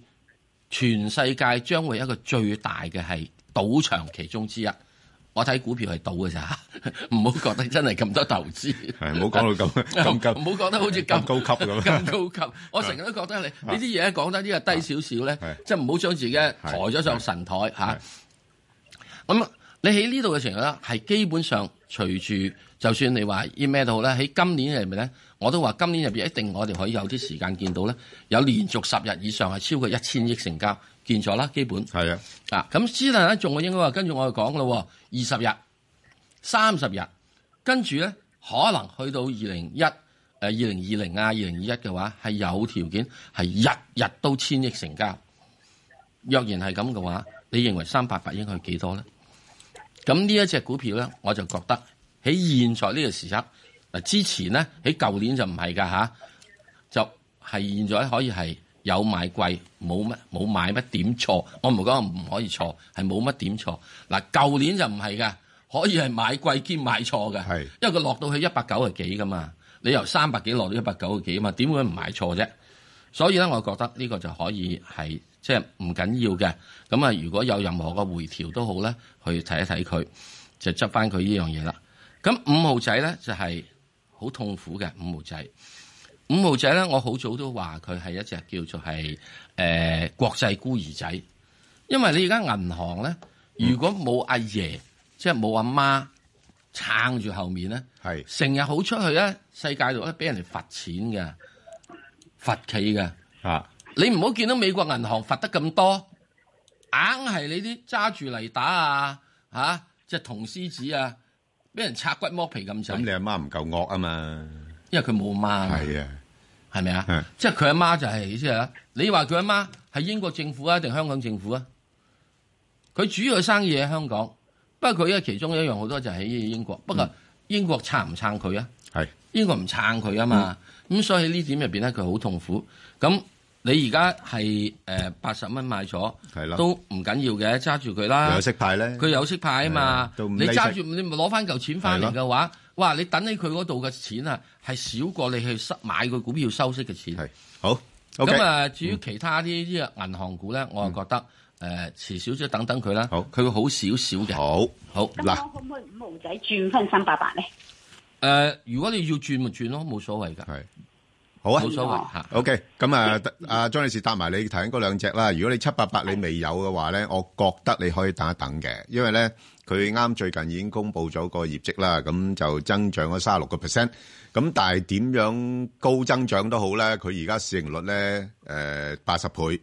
Speaker 2: 全世界將會一個最大嘅係賭場其中之一。我睇股票係賭嘅咋， 唔好覺得真係咁多投資。
Speaker 1: 係唔好講到 咁咁咁
Speaker 2: 哦唔好講得好似
Speaker 1: 咁
Speaker 2: 咁
Speaker 1: 高級咁
Speaker 2: 咁 高級。我成日都覺得你呢啲嘢講得呢個低少少咧
Speaker 1: 係，
Speaker 2: 即係唔好將自己抬咗上神台
Speaker 1: 係
Speaker 2: 嚇。咁你喺呢度嘅情況咧，係基本上隨住就算你話依咩都好啦，喺今年入面咧，我都話今年入面一定我哋可以有啲時間見到咧，有連續十日以上係超過一千億成交見咗啦，基本
Speaker 1: 係啊，
Speaker 2: 啊，咁之但咧，仲我應該話跟住我哋講咯喎，二十日、三十日，跟住咧可能去到二零一誒呃二零二零啊、二零二一嘅話，係有條件係日日都千億成交。若然係咁嘅話，你認為三百八應該係幾多咧？咁呢一隻股票咧，我就覺得喺現在呢個時刻，嗱之前咧喺舊年就唔係㗎吓，就係現在可以係有買貴，冇乜冇買乜點錯。我唔係講唔可以錯，係冇乜點錯。嗱舊年就唔係㗎，可以係買貴兼買錯㗎，
Speaker 1: 係
Speaker 2: 因為佢落到去一百九十幾㗎嘛，你由三百幾落到一百九十幾啊嘛，點會唔買錯啫？所以咧，我覺得呢個就可以係即係唔緊要嘅。咁啊，如果有任何嘅回調都好咧，去睇一睇佢，就執翻佢呢樣嘢啦。咁五號仔咧就係、好痛苦嘅五號仔。五號仔咧，我好早都話佢係一隻叫做係誒、呃、國際孤兒仔，因為你而家銀行咧，
Speaker 1: 嗯
Speaker 2: 如果冇阿爺即係冇阿媽撐住後面咧。
Speaker 1: 係
Speaker 2: 成日好出去咧，世界度咧俾人哋罰錢嘅，罰企嘅。
Speaker 1: 啊，
Speaker 2: 你唔好見到美國銀行罰得咁多，硬係你啲揸住嚟打啊嚇，啊即係銅獅子啊，俾人拆骨剝皮咁
Speaker 1: 咁你
Speaker 2: 滯，
Speaker 1: 阿媽唔夠惡啊嘛，
Speaker 2: 因為佢冇媽嘛，
Speaker 1: 係啊，
Speaker 2: 係咪
Speaker 1: 係
Speaker 2: 啊？即係佢阿媽就係即係啊你話佢阿媽係英國政府啊定香港政府啊？佢主要嘅生意喺香港，不過佢嘅其中一樣好多就喺英
Speaker 1: 嗯
Speaker 2: 國，不過英國撐唔撐佢啊？
Speaker 1: 係
Speaker 2: 英國唔撐佢啊嘛，咁、所以呢點入邊咧，佢好痛苦。咁你而家係誒八十蚊買咗，
Speaker 1: 係啦
Speaker 2: 都唔緊要嘅，揸住佢啦
Speaker 1: 有。息派咧，
Speaker 2: 佢有息派啊嘛，
Speaker 1: 係啊都唔
Speaker 2: 你
Speaker 1: 利息
Speaker 2: 揸住你咪攞翻嚿錢翻嚟嘅話，哇！你等喺佢嗰度嘅錢啊，係少過你去收買個股票收息嘅錢。
Speaker 1: 係好，OK，嗯
Speaker 2: 咁啊，至於其他啲呢個銀行股咧，我啊覺得誒遲少少等等佢啦，
Speaker 1: 好
Speaker 2: 佢會好少少嘅。
Speaker 1: 好
Speaker 2: 好
Speaker 3: 咁
Speaker 1: 嗱
Speaker 3: 我可唔可以五毫仔轉翻三百八咧？
Speaker 2: 誒，如果你要轉咪轉咯，冇所謂㗎，
Speaker 1: 係好啊
Speaker 2: 冇。所謂嚇。
Speaker 1: OK，咁啊，阿張女士答埋你頭先嗰兩隻啦。如果你七八八你未有嘅話咧，我覺得你可以等一等嘅，因為咧佢啱最近已經公布咗個業績啦，咁就增長咗三十六個 percent。咁但係點樣高增長都好咧，佢而家市盈率咧誒八十倍。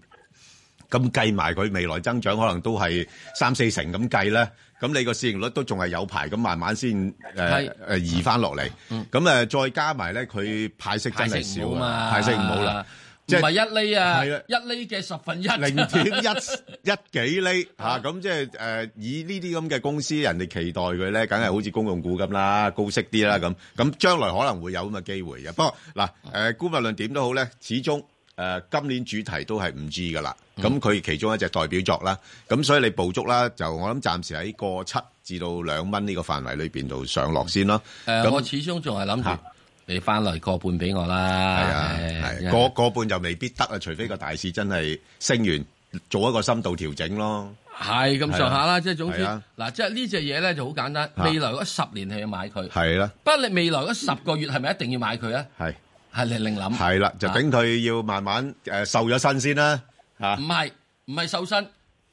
Speaker 1: 咁計埋佢未來增長可能都係三四成咁計咧，咁你個市盈率都仲係有排咁慢慢先誒
Speaker 2: 係
Speaker 1: 誒移翻落嚟。咁誒再加埋咧，佢派息真係少啊，派息唔好啦，，即
Speaker 2: 唔
Speaker 1: 係
Speaker 2: 係一厘啊，
Speaker 1: 係啊
Speaker 2: 一厘嘅十分 一，
Speaker 1: 零 點一一幾厘嚇，咁即係誒以呢啲咁嘅公司，人哋期待佢咧，梗係好似公用股咁啦，高息啲啦咁，咁將來可能會有咁嘅機會嘅。不過嗱誒，估無論點都好咧，始終誒今年主題都係五 G 噶啦，咁佢其中一隻代表作啦，咁所以你捕捉啦，就我諗暫時喺個七至到兩蚊呢個範圍裏邊度上落先咯。
Speaker 2: 誒，我
Speaker 1: 咁
Speaker 2: 始終仲係諗
Speaker 1: 嚇
Speaker 2: 住你翻嚟個半俾我
Speaker 1: 係
Speaker 2: 啦。
Speaker 1: 啊，
Speaker 2: 唉
Speaker 1: 係個個半就未必得啊，除非個大市真係升完做一個深度調整咯。
Speaker 2: 係咁上下啦，即係總之
Speaker 1: 係啊啊
Speaker 2: 嗱，即係呢隻嘢咧就好簡單，
Speaker 1: 嚇
Speaker 2: 未來嗰十年係要買佢，
Speaker 1: 係啦，
Speaker 2: 不過你未來嗰十個月係咪一定要買佢啊？
Speaker 1: 係。
Speaker 2: 係你另諗，
Speaker 1: 係啦，就等佢要慢慢誒瘦咗身先啦，嚇
Speaker 2: 唔，係唔係瘦身，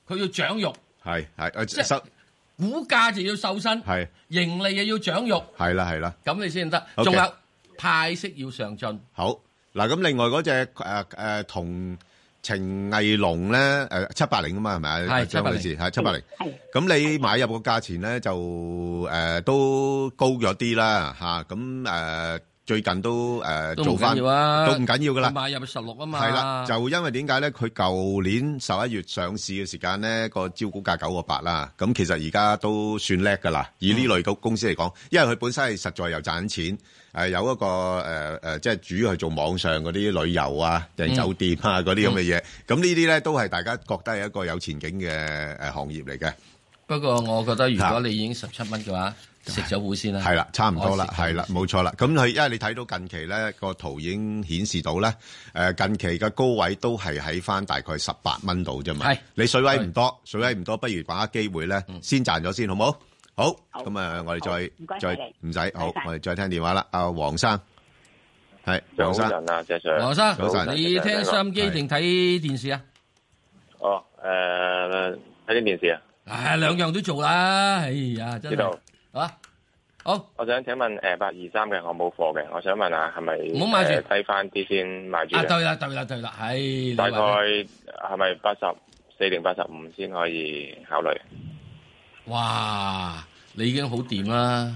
Speaker 2: 佢要長肉，
Speaker 1: 係係
Speaker 2: 即
Speaker 1: 誒
Speaker 2: 係
Speaker 1: 瘦
Speaker 2: 股價就要瘦身，
Speaker 1: 係
Speaker 2: 盈利又要長肉，
Speaker 1: 係啦係啦，
Speaker 2: 咁你先得。
Speaker 1: OK
Speaker 2: 仲有派息要上進。
Speaker 1: 好嗱咁另外嗰只誒誒同程藝龍咧誒七八零啊嘛係咪啊？
Speaker 2: 係
Speaker 1: 張女士係七八零，
Speaker 3: 係
Speaker 1: 咁你買入個價錢咧就誒都高咗啲啦嚇，咁誒最近都誒
Speaker 2: 都
Speaker 1: 做
Speaker 2: 唔
Speaker 1: 翻
Speaker 2: 緊要啊，
Speaker 1: 都唔緊要㗎啦
Speaker 2: 佢買入十六啊嘛，
Speaker 1: 係啦，就因為點解咧？佢舊年十一月上市嘅時間咧，個招股價九個八啦。咁其實而家都算叻㗎啦。以呢類嘅公司嚟講，因為佢本身係實在又賺緊錢，誒、有一個誒誒、呃即係主要係做網上嗰啲旅遊啊、訂酒店啊嗰啲咁嘅嘢。咁呢啲咧都係大家覺得係一個有前景嘅誒行業嚟嘅。
Speaker 2: 不過我覺得如
Speaker 1: 嚇
Speaker 2: 果你已經十七蚊嘅話，食咗糊先啦。
Speaker 1: 係啦，差唔多啦，
Speaker 2: 我食咗
Speaker 1: 係啦，
Speaker 2: 糊
Speaker 1: 冇錯啦。咁佢因為你睇到近期咧個圖已經顯示到咧，誒、近期嘅高位都係喺翻大概十八蚊度啫嘛。
Speaker 2: 係
Speaker 1: 你水位唔多，水位唔多，不如把握機會咧，先賺咗先，好冇？好，
Speaker 3: 好
Speaker 1: 咁啊，我
Speaker 3: 好
Speaker 1: 哋
Speaker 3: 唔
Speaker 1: 再
Speaker 3: 該
Speaker 1: 再
Speaker 3: 晒你
Speaker 1: 唔使，好
Speaker 3: 唔該，晒
Speaker 1: 我哋再聽電話啦。阿黃生，係
Speaker 4: 早
Speaker 1: 黃生，
Speaker 4: 晨啊，石 Sir。
Speaker 2: 黃
Speaker 1: 早
Speaker 2: 生，
Speaker 1: 晨
Speaker 2: 你聽收音機定睇電視啊？
Speaker 4: 哦，誒睇啲電視啊，
Speaker 2: 唉，兩樣都做啦。哎呀，真
Speaker 4: 知
Speaker 2: 係
Speaker 4: 道。
Speaker 2: 啊！好，
Speaker 4: 我想請問誒八二三嘅我冇貨嘅，我想問下係咪
Speaker 2: 唔好買住
Speaker 4: 誒低翻啲先買住
Speaker 2: 啊
Speaker 4: 呢？
Speaker 2: 對啦對啦對啦，唉，你
Speaker 4: 大
Speaker 2: 話
Speaker 4: 概
Speaker 2: 咧
Speaker 4: 係咪八十四定八十五先可以考慮？
Speaker 2: 哇，你已經好掂啦，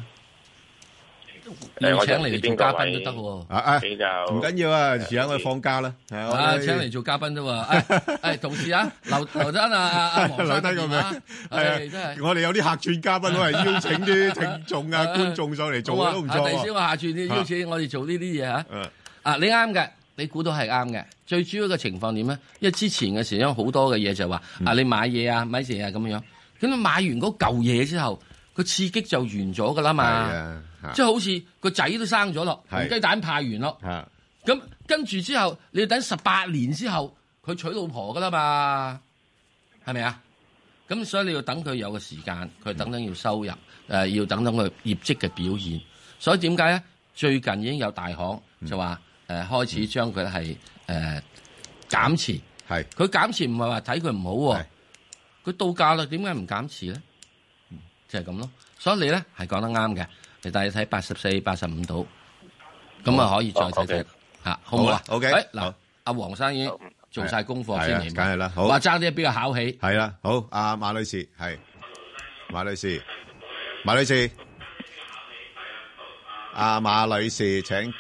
Speaker 4: 誒
Speaker 2: 要
Speaker 4: 我
Speaker 2: 請
Speaker 4: 就唔
Speaker 2: 你
Speaker 4: 知
Speaker 2: 嚟做
Speaker 4: 邊
Speaker 2: 嘉
Speaker 4: 個
Speaker 2: 賓
Speaker 4: 位
Speaker 2: 都得喎。
Speaker 1: 啊啊，
Speaker 4: 比較
Speaker 1: 唔緊要啊，遲下我哋放假啦，係啊，我
Speaker 2: 啊，
Speaker 1: 哋
Speaker 2: 請嚟做嘉賓啫喎！誒 誒，同事啊，留留得啊啊啊，黃
Speaker 1: 留
Speaker 2: 生
Speaker 1: 低個名，
Speaker 2: 電話唉
Speaker 1: 係
Speaker 2: 真
Speaker 1: 啊
Speaker 2: 係，。
Speaker 1: 我哋有啲客串嘉賓，我係邀請啲聽眾 啊、觀眾上嚟做
Speaker 2: 好啊
Speaker 1: 都唔
Speaker 2: 啊第時
Speaker 1: 錯
Speaker 2: 我下次你邀請我哋做呢啲嘢嚇。
Speaker 1: 喎。
Speaker 2: 啊，你啱嘅，你估到係啱嘅。最主要嘅情況點咧？因為之前嘅時候有好多嘅嘢就話
Speaker 1: 嗯
Speaker 2: 啊，你買嘢啊，買嘢啊咁樣。咁你買完嗰嚿嘢之後，個刺激就完咗噶啦
Speaker 1: 係
Speaker 2: 嘛。
Speaker 1: 啊，
Speaker 2: 即係好似個仔都生咗咯，
Speaker 1: 係
Speaker 2: 紅雞蛋派完咯。
Speaker 1: 嚇
Speaker 2: 咁跟住之後，你要等十八年之後，佢娶老婆噶啦嘛，係咪啊？咁所以你要等佢有個時間，佢等等要收入，誒、要等等佢業績嘅表現。所以點解咧？最近已經有大行就話誒、開始將佢係誒減持，
Speaker 1: 係
Speaker 2: 佢減持唔係話睇佢唔好喎、
Speaker 1: 係
Speaker 2: 佢到價啦，點解唔減持咧？就係咁咯。所以你咧係講得啱嘅，你大約睇八十四、八十五度，咁啊可以再睇睇
Speaker 4: 好
Speaker 2: 嚇，好唔好啊
Speaker 1: 好，OK，
Speaker 2: 誒嗱
Speaker 1: 好，
Speaker 2: 阿黃生已經做晒功課
Speaker 1: 係
Speaker 2: 先
Speaker 1: 啊，
Speaker 2: 嚟
Speaker 1: 梗
Speaker 2: 問，
Speaker 1: 係啦，好
Speaker 2: 話爭啲比較考起，
Speaker 1: 係啦，好，阿馬女士係馬女士，馬女士，阿馬女士請，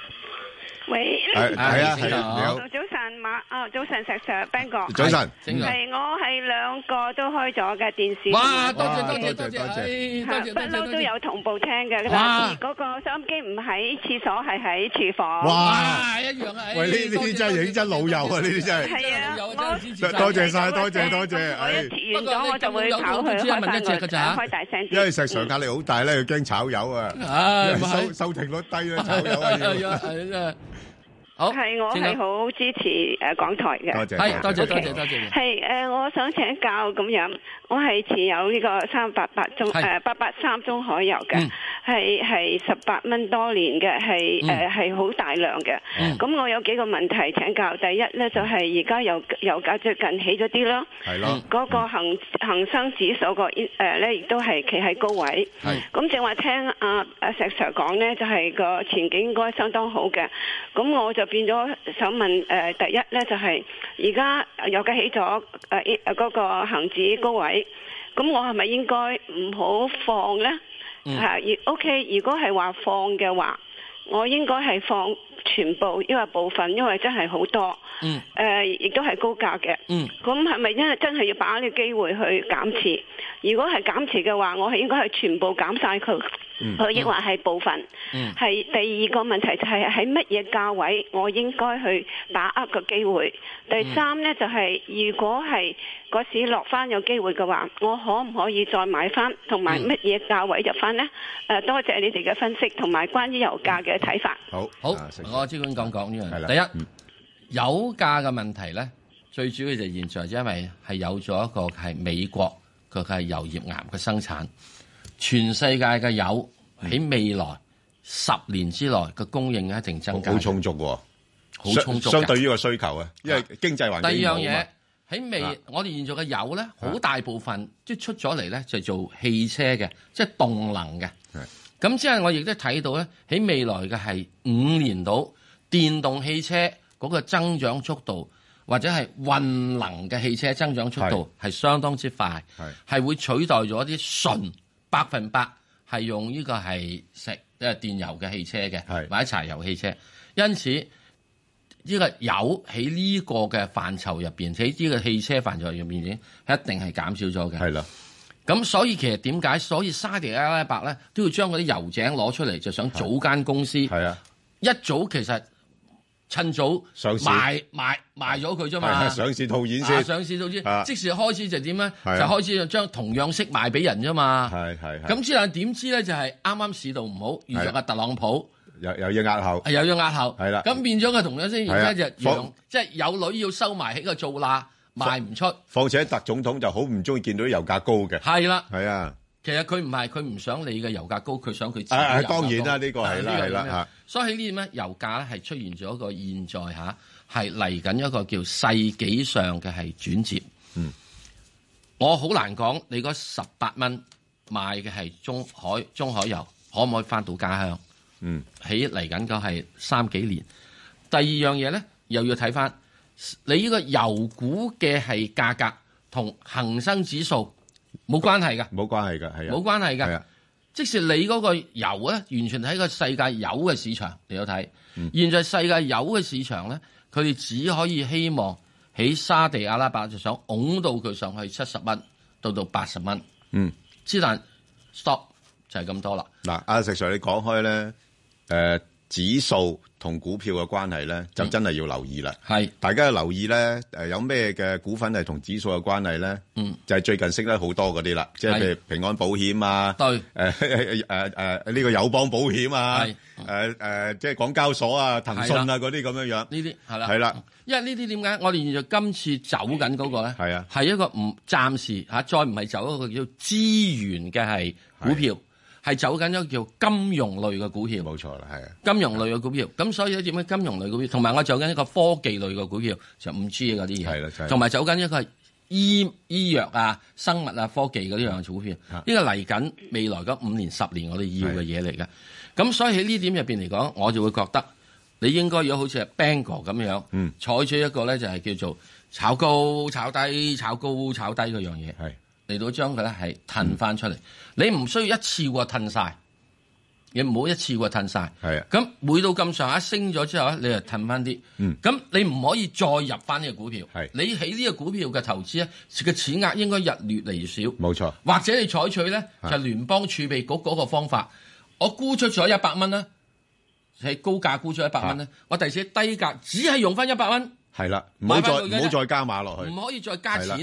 Speaker 5: 喂，
Speaker 1: 係係啊，係
Speaker 2: 啊
Speaker 1: 啊，你好，
Speaker 5: 早晨馬啊，早晨石 Sir Ben 哥，
Speaker 1: 早晨，
Speaker 2: 正常。
Speaker 5: 係我係兩個都開咗嘅電視，
Speaker 2: 哇！
Speaker 5: 同
Speaker 2: 多謝
Speaker 1: 哇
Speaker 2: 多
Speaker 1: 多
Speaker 2: 謝
Speaker 1: 謝
Speaker 2: 多謝，
Speaker 1: 多謝
Speaker 2: 哎多
Speaker 5: 埋
Speaker 2: 謝
Speaker 5: 不
Speaker 2: 多謝多
Speaker 5: 嬲都
Speaker 2: 謝。
Speaker 5: 有同步聽嘅，
Speaker 2: 哇
Speaker 5: 但係嗰個收音機唔喺廁所，係喺廚房。
Speaker 1: 哇！
Speaker 2: 哇！一樣啊！哎
Speaker 1: 喂呢呢啲真係認真老友啊呢啲真係
Speaker 5: 係啊
Speaker 2: 有啊
Speaker 5: 我
Speaker 2: 真係支持晒
Speaker 1: 多謝晒，多謝多謝，
Speaker 5: 我一
Speaker 1: 係。
Speaker 5: 切完咗，我就會跑去開翻個開大聲
Speaker 1: 因為
Speaker 5: 啲。
Speaker 1: 石 Sir 壓力好大咧，佢驚炒油啊，
Speaker 2: 唉咪係
Speaker 1: 收收停率低 咧，炒油啊要
Speaker 2: 係啊係啊，好，
Speaker 5: 係我
Speaker 2: 正
Speaker 5: 係
Speaker 2: 常
Speaker 5: 好支持誒港台嘅。
Speaker 1: 多謝，
Speaker 2: 係多謝多謝
Speaker 1: 多謝
Speaker 2: 多謝你。
Speaker 5: 係誒、呃我想請教咁樣，我係持有呢個三八八中
Speaker 2: 係
Speaker 5: 誒八八三中海油
Speaker 2: 嗯
Speaker 5: 嘅，係係十八蚊多年嘅，係誒係好大量嘅。
Speaker 2: 嗯
Speaker 5: 咁、我有幾個問題請教，第一咧就係而家油油價最近起咗啲啦，
Speaker 1: 係咯，
Speaker 5: 嗰、個恒恒生指數個誒咧亦都係企喺高位。
Speaker 1: 係
Speaker 5: 咁正話聽阿阿石 Sir 講呢，就係、個前景應該相當好嘅。咁我就變咗想問誒、呃第一呢，就係而家有嘅起咗誒嗰個恆指高位，咁我係咪應該唔好放呢？
Speaker 2: 嗯
Speaker 5: 嚇、如 OK，如果係話放嘅話，我應該係放全部，因為部分，因為真係好多。
Speaker 2: 嗯
Speaker 5: 誒、亦都係高價嘅。
Speaker 2: 嗯
Speaker 5: 咁係咪真係真係要把握呢個機會去減持？如果係減持嘅話，我係應該係全部減晒佢，佢抑或係部分？
Speaker 2: 嗯
Speaker 5: 係第二個問題就係喺乜嘢價位我應該去把握個機會？第
Speaker 2: 嗯
Speaker 5: 三呢，就係、如果係個市落翻有機會嘅話，我可唔可以再買翻？同埋
Speaker 2: 嗯
Speaker 5: 乜嘢價位入翻呢？誒、多謝你哋嘅分析同埋關於油價嘅睇法。
Speaker 1: 好，
Speaker 2: 好，
Speaker 1: 啊石 Sir
Speaker 2: 我只管講講呢
Speaker 1: 係
Speaker 2: 樣
Speaker 1: 啦，
Speaker 2: 嘢。第一。
Speaker 1: 嗯
Speaker 2: 油價嘅問題咧，最主要就係現在因為係有咗一個係美國佢係油頁岩嘅生產，全世界嘅油喺未來十年之內嘅供應一定增加，
Speaker 1: 好充足喎，
Speaker 2: 好充足
Speaker 1: 相相
Speaker 2: 嘅。
Speaker 1: 對於個需求啊，因為經濟環
Speaker 2: 第
Speaker 1: 境
Speaker 2: 二
Speaker 1: 唔
Speaker 2: 樣
Speaker 1: 好
Speaker 2: 嘢
Speaker 1: 嘛
Speaker 2: 喺未
Speaker 1: 啊，
Speaker 2: 我哋現在嘅油咧，好大部分即係出咗嚟咧，就係做汽車嘅，即係動能嘅
Speaker 1: 係。
Speaker 2: 咁之後我亦都睇到咧，喺未來嘅係五年度電動汽車嗰個增長速度，或者係混能嘅汽車增長速度係相當之快，
Speaker 1: 係
Speaker 2: 係會取代咗啲純百分百係用呢個係石即係電油嘅汽車嘅，
Speaker 1: 係
Speaker 2: 或者柴油汽車，因此。呢個油喺呢個嘅範疇入邊，喺呢個汽車範疇入邊已經一定係減少咗嘅。
Speaker 1: 係啦，
Speaker 2: 咁所以其實點解？所以沙地阿拉伯咧都要將嗰啲油井攞出嚟，就想組間公司。一
Speaker 1: 係啊，
Speaker 2: 早其實趁早
Speaker 1: 上市
Speaker 2: 賣賣賣咗佢啫
Speaker 1: 係啊
Speaker 2: 嘛。
Speaker 1: 上市套現
Speaker 2: 啊
Speaker 1: 先，
Speaker 2: 上市到知
Speaker 1: 啊，
Speaker 2: 即時開始就點咧？就
Speaker 1: 係啊
Speaker 2: 開始就將同樣式賣俾人啫嘛。
Speaker 1: 係係係
Speaker 2: 咁之但點知咧就係啱啱市道唔好，遇
Speaker 1: 係
Speaker 2: 着
Speaker 1: 啊
Speaker 2: 阿特朗普。
Speaker 1: 又又要押後，
Speaker 2: 係有咗押後，
Speaker 1: 係啦
Speaker 2: 咁變咗佢同樣先，而家
Speaker 1: 係啊
Speaker 2: 就讓
Speaker 1: 放
Speaker 2: 即係有女要收埋喺個做罅，賣唔出，
Speaker 1: 況且特總統就好唔中意見到啲油價高嘅，
Speaker 2: 係啦。
Speaker 1: 係啊，
Speaker 2: 其實佢唔係佢唔想你嘅油價高，佢想佢自己
Speaker 1: 啊啊
Speaker 2: 油價高
Speaker 1: 當然啦呢個係啦
Speaker 2: 呢個
Speaker 1: 係啦
Speaker 2: 咁樣
Speaker 1: 嚇
Speaker 2: 所以喺呢點咧，油價咧係出現咗一個現在嚇係嚟緊一個叫世紀上嘅係轉折。
Speaker 1: 嗯，
Speaker 2: 我好難講你嗰十八蚊買嘅係中海中海油，可唔可以翻到家鄉？
Speaker 1: 嗯，
Speaker 2: 喺嚟緊嘅係三幾年。第二樣嘢咧，又要睇翻你呢個油股嘅係價格同恒生指數冇關係㗎，
Speaker 1: 冇關係㗎，係啊，
Speaker 2: 冇關係㗎
Speaker 1: 係。啊，
Speaker 2: 即使你嗰個油啊咧，完全喺個世界油嘅市場嚟到睇。
Speaker 1: 嗯
Speaker 2: 現在世界油嘅市場咧，佢哋只可以希望喺沙地阿拉伯就想拱到佢上去七十蚊到到八十蚊。
Speaker 1: 嗯。
Speaker 2: 之但 stop 就係咁多啦。
Speaker 1: 嗱，阿石 Sir 你講開咧，誒、指數同股票嘅關係咧，就真係要留意啦。
Speaker 2: 係
Speaker 1: 大家要留意咧，誒、有咩嘅股份係同指數有關係咧？
Speaker 2: 嗯，
Speaker 1: 就係最近升得好多嗰啲啦，即係譬如平安保險啊，
Speaker 2: 對
Speaker 1: 誒誒誒誒呢個友邦保險啊，
Speaker 2: 係
Speaker 1: 誒誒、即係港交所啊、騰訊
Speaker 2: 係啦
Speaker 1: 啊嗰啲咁樣樣，
Speaker 2: 呢啲係啦，
Speaker 1: 係啦，
Speaker 2: 因為呢啲點解我哋現在今次走緊嗰個咧，
Speaker 1: 係啊
Speaker 2: 係一個唔暫時嚇，再唔係走一個叫資源嘅係股票，係走緊一個叫金融類嘅股票。
Speaker 1: 冇錯啦，係啊，
Speaker 2: 金融類嘅股票，咁所以咧點解金融類股票，同埋我走緊一個科技類嘅股票，就五 G 嗰啲
Speaker 1: 係啦就
Speaker 2: 嘢，
Speaker 1: 係
Speaker 2: 同埋走緊一個係醫醫藥啊、生物啊、科技嗰啲樣嘅股票，
Speaker 1: 啊
Speaker 2: 呢個嚟緊未來嗰五年、十年我哋要嘅嘢嚟嘅。咁所以喺呢點入邊嚟講，我就會覺得你應該如果好似係 Bangor 咁樣，
Speaker 1: 嗯
Speaker 2: 採取一個咧就係叫做炒高、炒低、炒高、炒低嗰樣嘢，
Speaker 1: 係
Speaker 2: 嚟到將佢咧係褪翻出嚟。你唔需要一次過褪晒，你唔好一次過褪晒。
Speaker 1: 係啊，
Speaker 2: 咁每到咁上下升咗之後啊咧，你就褪翻啲。
Speaker 1: 嗯
Speaker 2: 咁你唔可以再入翻呢個股票。
Speaker 1: 係
Speaker 2: 你喺呢個股票嘅投資咧，嘅錢額應該日越嚟越少。
Speaker 1: 冇錯，
Speaker 2: 或者你採取咧
Speaker 1: 係
Speaker 2: 就聯邦儲備局嗰個方法，我沽出咗一百蚊啦，係高價沽出一百蚊咧，我第時低價只係用翻一百蚊，
Speaker 1: 係啦，唔
Speaker 2: 買
Speaker 1: 好
Speaker 2: 返
Speaker 1: 再
Speaker 2: 佢
Speaker 1: 唔
Speaker 2: 嘅啫
Speaker 1: 好再加碼落去，
Speaker 2: 唔可以再加錢
Speaker 1: 係啦。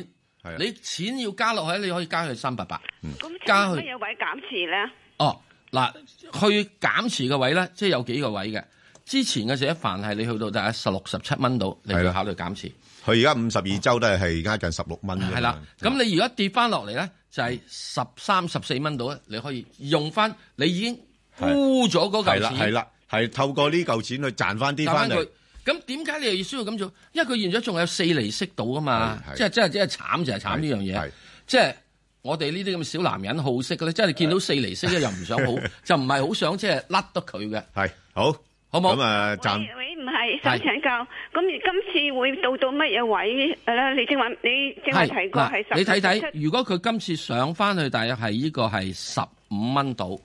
Speaker 1: 係啊
Speaker 2: 你錢要加落去，你可以加去三百八。
Speaker 5: 咁
Speaker 2: 加
Speaker 5: 請問
Speaker 2: 去
Speaker 5: 乜嘢位減持咧？
Speaker 2: 哦，嗱，去減持嘅位咧，即係有幾個位嘅。之前嘅時候，凡係你去到大概十六、十七蚊度，你
Speaker 1: 係
Speaker 2: 就
Speaker 1: 啦
Speaker 2: 考慮減持。
Speaker 1: 佢而家五十二周都係係而家近十六蚊㗎嘛
Speaker 2: 啊係啦，
Speaker 1: 嗯
Speaker 2: 咁你而家跌翻落嚟咧，就係十三、十四蚊度咧，你可以用翻你已經沽咗嗰
Speaker 1: 係
Speaker 2: 嚿
Speaker 1: 啦
Speaker 2: 錢，
Speaker 1: 係啦，係透過呢嚿錢去賺翻啲
Speaker 2: 打
Speaker 1: 翻
Speaker 2: 翻
Speaker 1: 嚟
Speaker 2: 佢。。咁點解你又要需要咁做？因為佢現咗仲有四厘息到啊嘛
Speaker 1: 係，係
Speaker 2: 即係即係即係慘就係慘呢樣
Speaker 1: 係係
Speaker 2: 嘢，即係。我哋呢啲咁小男人好色嘅咧，即係你見到四厘息咧，又唔想好， 就唔係好想即係甩得佢嘅，
Speaker 1: 系好，
Speaker 2: 好冇
Speaker 1: 咁啊，暫
Speaker 5: 喂喂，唔係，
Speaker 2: 係
Speaker 5: 想請教，咁而今次會到到乜嘢位咧？你正話你正話提過係
Speaker 2: 嗱，你睇睇，
Speaker 5: 17
Speaker 2: 如果佢今次上翻去，大約係呢個係十五蚊度，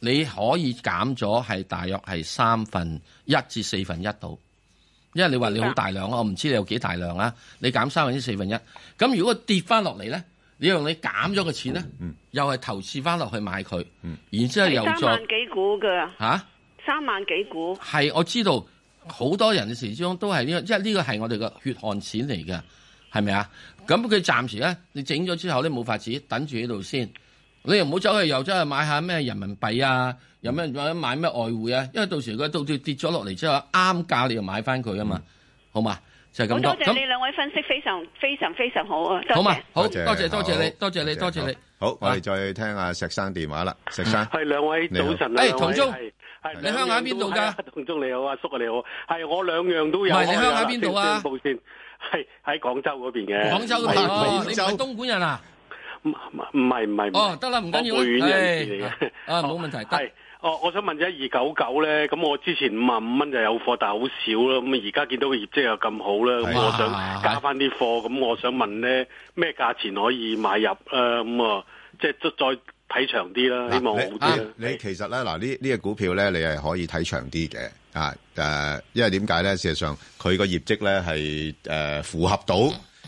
Speaker 2: 你可以減咗係大約係三分一至四分一度，因為你話你好大量啊，我唔知你有幾大量啊，你減三分之四分一，咁如果跌翻落嚟咧，你用你減咗個錢咧，又係投資翻落去買佢，然之後又
Speaker 5: 係三
Speaker 2: 再
Speaker 5: 萬幾股㗎，
Speaker 2: 嚇。
Speaker 5: 三萬幾股。
Speaker 2: 係我知道好多人始終都係呢、個，因為呢個係我哋嘅血汗錢嚟嘅，係咪啊？咁佢暫時咧，你整咗之後咧冇法子，等住喺度先。你又唔好走去又走去買下咩人民幣啊，有
Speaker 5: 嗯
Speaker 2: 咩買咩外匯啊？因為到時佢到跌跌咗落嚟之後，啱價你又買翻佢啊嘛，好嘛？就係
Speaker 5: 嗯好
Speaker 2: 咁
Speaker 5: 多
Speaker 2: 多。
Speaker 5: 謝你
Speaker 2: 咁
Speaker 5: 兩位分析，非常非常非常好啊！多
Speaker 2: 好嘛
Speaker 5: 謝。？
Speaker 2: 好，
Speaker 1: 謝
Speaker 2: 多謝多謝你，
Speaker 1: 好
Speaker 2: 多謝你，多謝你。。啊
Speaker 1: 好，我哋再聽下石生電話啦，石生
Speaker 6: 系兩位
Speaker 1: 你好
Speaker 6: 早晨啊，
Speaker 2: 哎
Speaker 6: 兩位
Speaker 2: 同宗
Speaker 6: 係係
Speaker 2: 你鄉下邊度㗎
Speaker 6: 係啊同宗你好，阿叔啊你好，係我兩樣都有。
Speaker 2: 唔係你鄉下邊度啊
Speaker 6: 先報先，係喺廣州嗰邊嘅。
Speaker 2: 廣州嘅
Speaker 1: 喂
Speaker 2: 朋友哦，
Speaker 1: 喂
Speaker 2: 你唔係東莞人啊？
Speaker 6: 唔唔係唔係唔係
Speaker 2: 哦，得啦，唔緊要
Speaker 6: 我背遠人士嚟
Speaker 2: 啦。
Speaker 6: 嘅。
Speaker 2: 唉啊，冇問題，得
Speaker 6: 係。哦，我想問一二九九咧，咁我之前五萬五蚊就有貨，但係好少啦。咁而家見到個業績又咁好啦，咁
Speaker 1: 哇
Speaker 6: 我想加翻啲貨。咁我想問咧，咩價錢可以買入啊？咁啊，即係再睇長啲啦，希望好啲啊
Speaker 1: 嗱
Speaker 6: 啦。
Speaker 1: 你你你其實咧嗱呢呢只股票咧，你係可以睇長啲嘅啊誒，因為點解咧？事實上佢個業績咧係誒符合到